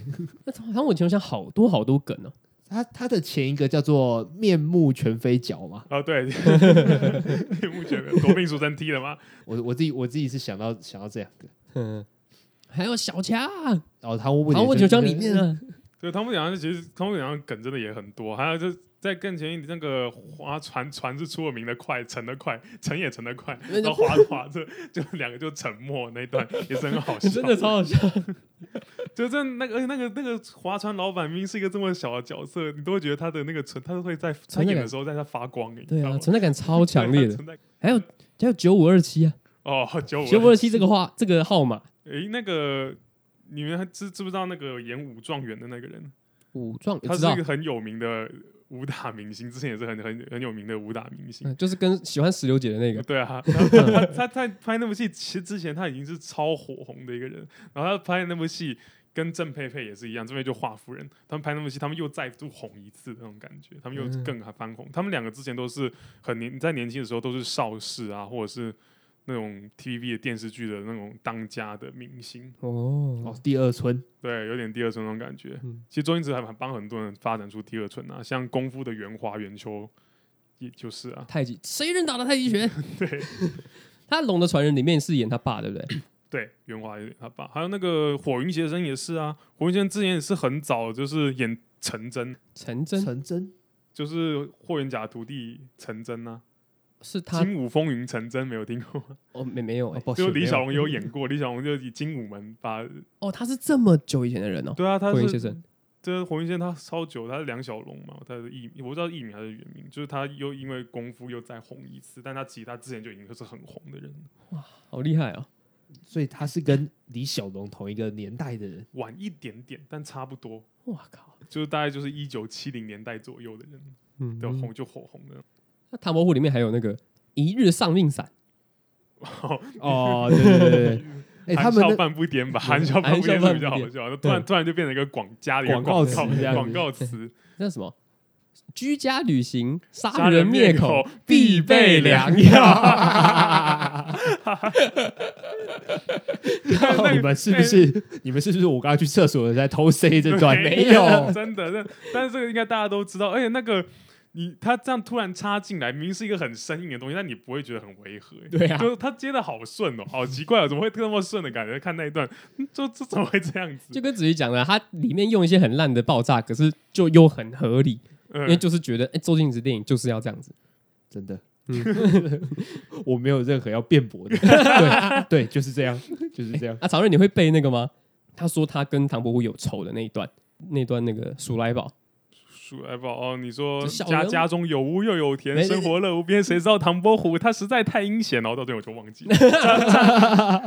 Speaker 3: 那唐我前想好多好多梗哦、
Speaker 1: 他他的前一个叫做面目全非脚嘛，
Speaker 2: 哦 对，你不觉得夺命书生踢了吗？
Speaker 1: 我我自己我自己是想到想到这两个。
Speaker 3: 嗯， 还有小强，
Speaker 1: 然后唐我
Speaker 3: 唐
Speaker 1: 我
Speaker 3: 我九江里面啊，
Speaker 2: 对，汤姆讲其实汤姆讲梗真的也很多，还有就在更前一点，那个划船船是出了名的快，沉的快，沉也沉的快，然后划着划着就两个就沉没那一段也是很好笑，
Speaker 3: 真的超好笑。
Speaker 2: 就真的那个而且那个那个划船老板明明是一个这么小的角色，你都会觉得他的那个存，他都会在他
Speaker 3: 存在感
Speaker 2: 演的时候在他发光，你知
Speaker 3: 对
Speaker 2: 道
Speaker 3: 啊，
Speaker 2: 吗？
Speaker 3: 存在感超强烈的。
Speaker 2: 存在
Speaker 3: 还有还有九五二 七啊，
Speaker 2: 哦，九
Speaker 3: 九五
Speaker 2: 五
Speaker 3: 二七这个话这个号码，
Speaker 2: 诶，那个你们还知知不知道那个演武状元的那个人？
Speaker 3: 武状
Speaker 2: 他
Speaker 3: 知
Speaker 2: 是一
Speaker 3: 道
Speaker 2: 个，很有名的武打明星，之前也是很很很有名的武打明星。
Speaker 3: 嗯就是跟喜欢石榴姐的那个，
Speaker 2: 对 啊，他他他他拍那部戏，其实之前他已经是超火红的一个人，然后他拍那部戏跟郑佩佩也是一样，郑佩佩就华夫人，他们拍那部戏，他们又再度红一次的那种感觉，他们又
Speaker 3: 嗯
Speaker 2: 更翻红。他们两个之前都是很年在年轻的时候都是邵氏啊，或者是那种 TVB 的电视剧的那种当家的明星，
Speaker 3: 哦
Speaker 1: 哦，，第二春
Speaker 2: 对，有点第二春那种感觉。
Speaker 3: 嗯
Speaker 2: 其实周星驰还蛮帮很多人发展出第二春啊，像功夫的袁华、袁秋，也就是啊，
Speaker 3: 太极，谁人打的太极 拳？
Speaker 2: 对。
Speaker 3: 他《龙的传人》里面是演他爸，对不对？
Speaker 2: 对，袁华也他爸，还有那个火云邪神也是啊。火云邪神之前也是很早就是演陈真，
Speaker 3: 陈真
Speaker 1: 陈真
Speaker 2: 就是霍元甲徒弟陈真啊，
Speaker 3: 是
Speaker 2: 《
Speaker 3: 他
Speaker 2: 精武风云》陈真没有听过吗，
Speaker 3: 哦，没没有
Speaker 1: 哦
Speaker 3: 哎，
Speaker 1: 抱歉
Speaker 2: 就李小
Speaker 1: 没
Speaker 2: 龙 有演过，李小龙就以精武门把，
Speaker 3: 哦，他是这么久以前的人哦，
Speaker 2: 对啊，他
Speaker 3: 火云先
Speaker 2: 是
Speaker 3: 生，
Speaker 2: 这火云先生他超久，他是梁小龙嘛，他的艺我不知道艺名还是原名，就是他又因为功夫又再红一次，但他其实他之前就已经是很红的人，
Speaker 3: 好厉害哦。
Speaker 1: 有，所以他是跟李小龙同一个年代的 人。
Speaker 2: 晚一点点，但差不多，
Speaker 3: 哇靠，
Speaker 2: 就是大概就是一九七零年代左右的人
Speaker 3: 嗯
Speaker 2: 的红就火红的。
Speaker 3: 那《唐伯虎》里面还有那个一日丧命散，
Speaker 1: 哦，对对对对， 哎、他
Speaker 2: 含
Speaker 1: 们
Speaker 2: 笑
Speaker 1: 那
Speaker 2: 半步癫吧，含笑半步癫是比较好
Speaker 3: 含
Speaker 2: 笑，突然突然就变成一个广加的一个
Speaker 1: 广
Speaker 2: 告
Speaker 1: 告词这样子
Speaker 2: 广 告词，
Speaker 3: 那什么居家旅行、杀
Speaker 2: 杀
Speaker 3: 人
Speaker 2: 人
Speaker 3: 灭
Speaker 2: 灭
Speaker 3: 口
Speaker 2: 口必
Speaker 3: 必备
Speaker 2: 备
Speaker 3: 良
Speaker 2: 良
Speaker 3: 药。
Speaker 1: 哦你们是不是、你们是不是我刚刚去厕所在偷 C 这段？
Speaker 2: 没，
Speaker 1: 没有
Speaker 2: 真的，但但是这个应该大家都知道，而且那个。你他这样突然插进来，明明是一个很生硬的东西，但你不会觉得很违和、欸
Speaker 3: 对啊
Speaker 2: 就是他接的好顺哦、好奇怪哦、怎么会那么顺的感觉？看那一段，嗯就这怎么会这样子
Speaker 3: 就？跟子瑜讲的，它里面用一些很烂的爆炸，可是就又很合理，
Speaker 2: 嗯
Speaker 3: 因为就是觉得，哎、周星驰电影就是要这样子。
Speaker 1: 真的
Speaker 3: 嗯。
Speaker 1: 我没有任何要辩驳的，对对，就是这样，就是这样。
Speaker 3: 啊，常瑞，你会背那个吗？他说他跟唐伯虎有仇的那一段，那段那个鼠来宝，
Speaker 2: 鼠来宝哦，你说
Speaker 3: 这小
Speaker 2: 家
Speaker 3: 人物
Speaker 2: 家中有屋又有
Speaker 3: 没
Speaker 2: 田，
Speaker 3: 没
Speaker 2: 生活乐无边，谁知道唐伯虎他实在太阴险了，到这里我就忘记 了。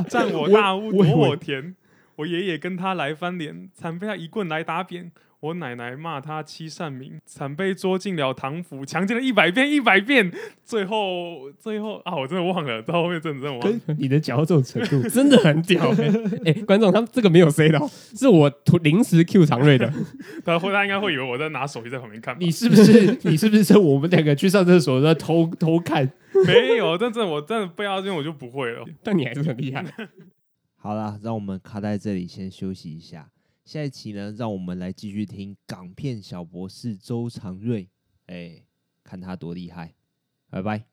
Speaker 2: 占占我大屋夺我田，我爷爷跟他来翻脸，惨被他一棍来打扁。我奶奶骂他欺善民，惨被捉进了唐府，强奸了一百遍一百遍，最后最后啊，我真的忘了，到后面真的真的忘了。
Speaker 1: 跟你能讲到这种程度，
Speaker 3: 真的很屌、欸。哎、观众他们这个没有 say 到，是我突临时 Q 常瑞的。
Speaker 2: 他后他应该会以为我在拿手机在旁边看吧
Speaker 1: 你是 不是你是不是趁我们两个去上厕所在偷偷看？
Speaker 2: 没有，但是我真的背到这边我就不会了。
Speaker 3: 但你还是很厉害。
Speaker 5: 好啦，让我们卡在这里先休息一下。下一期呢，让我们来继续听港片小博士周长瑞，哎、看他多厉害！拜拜。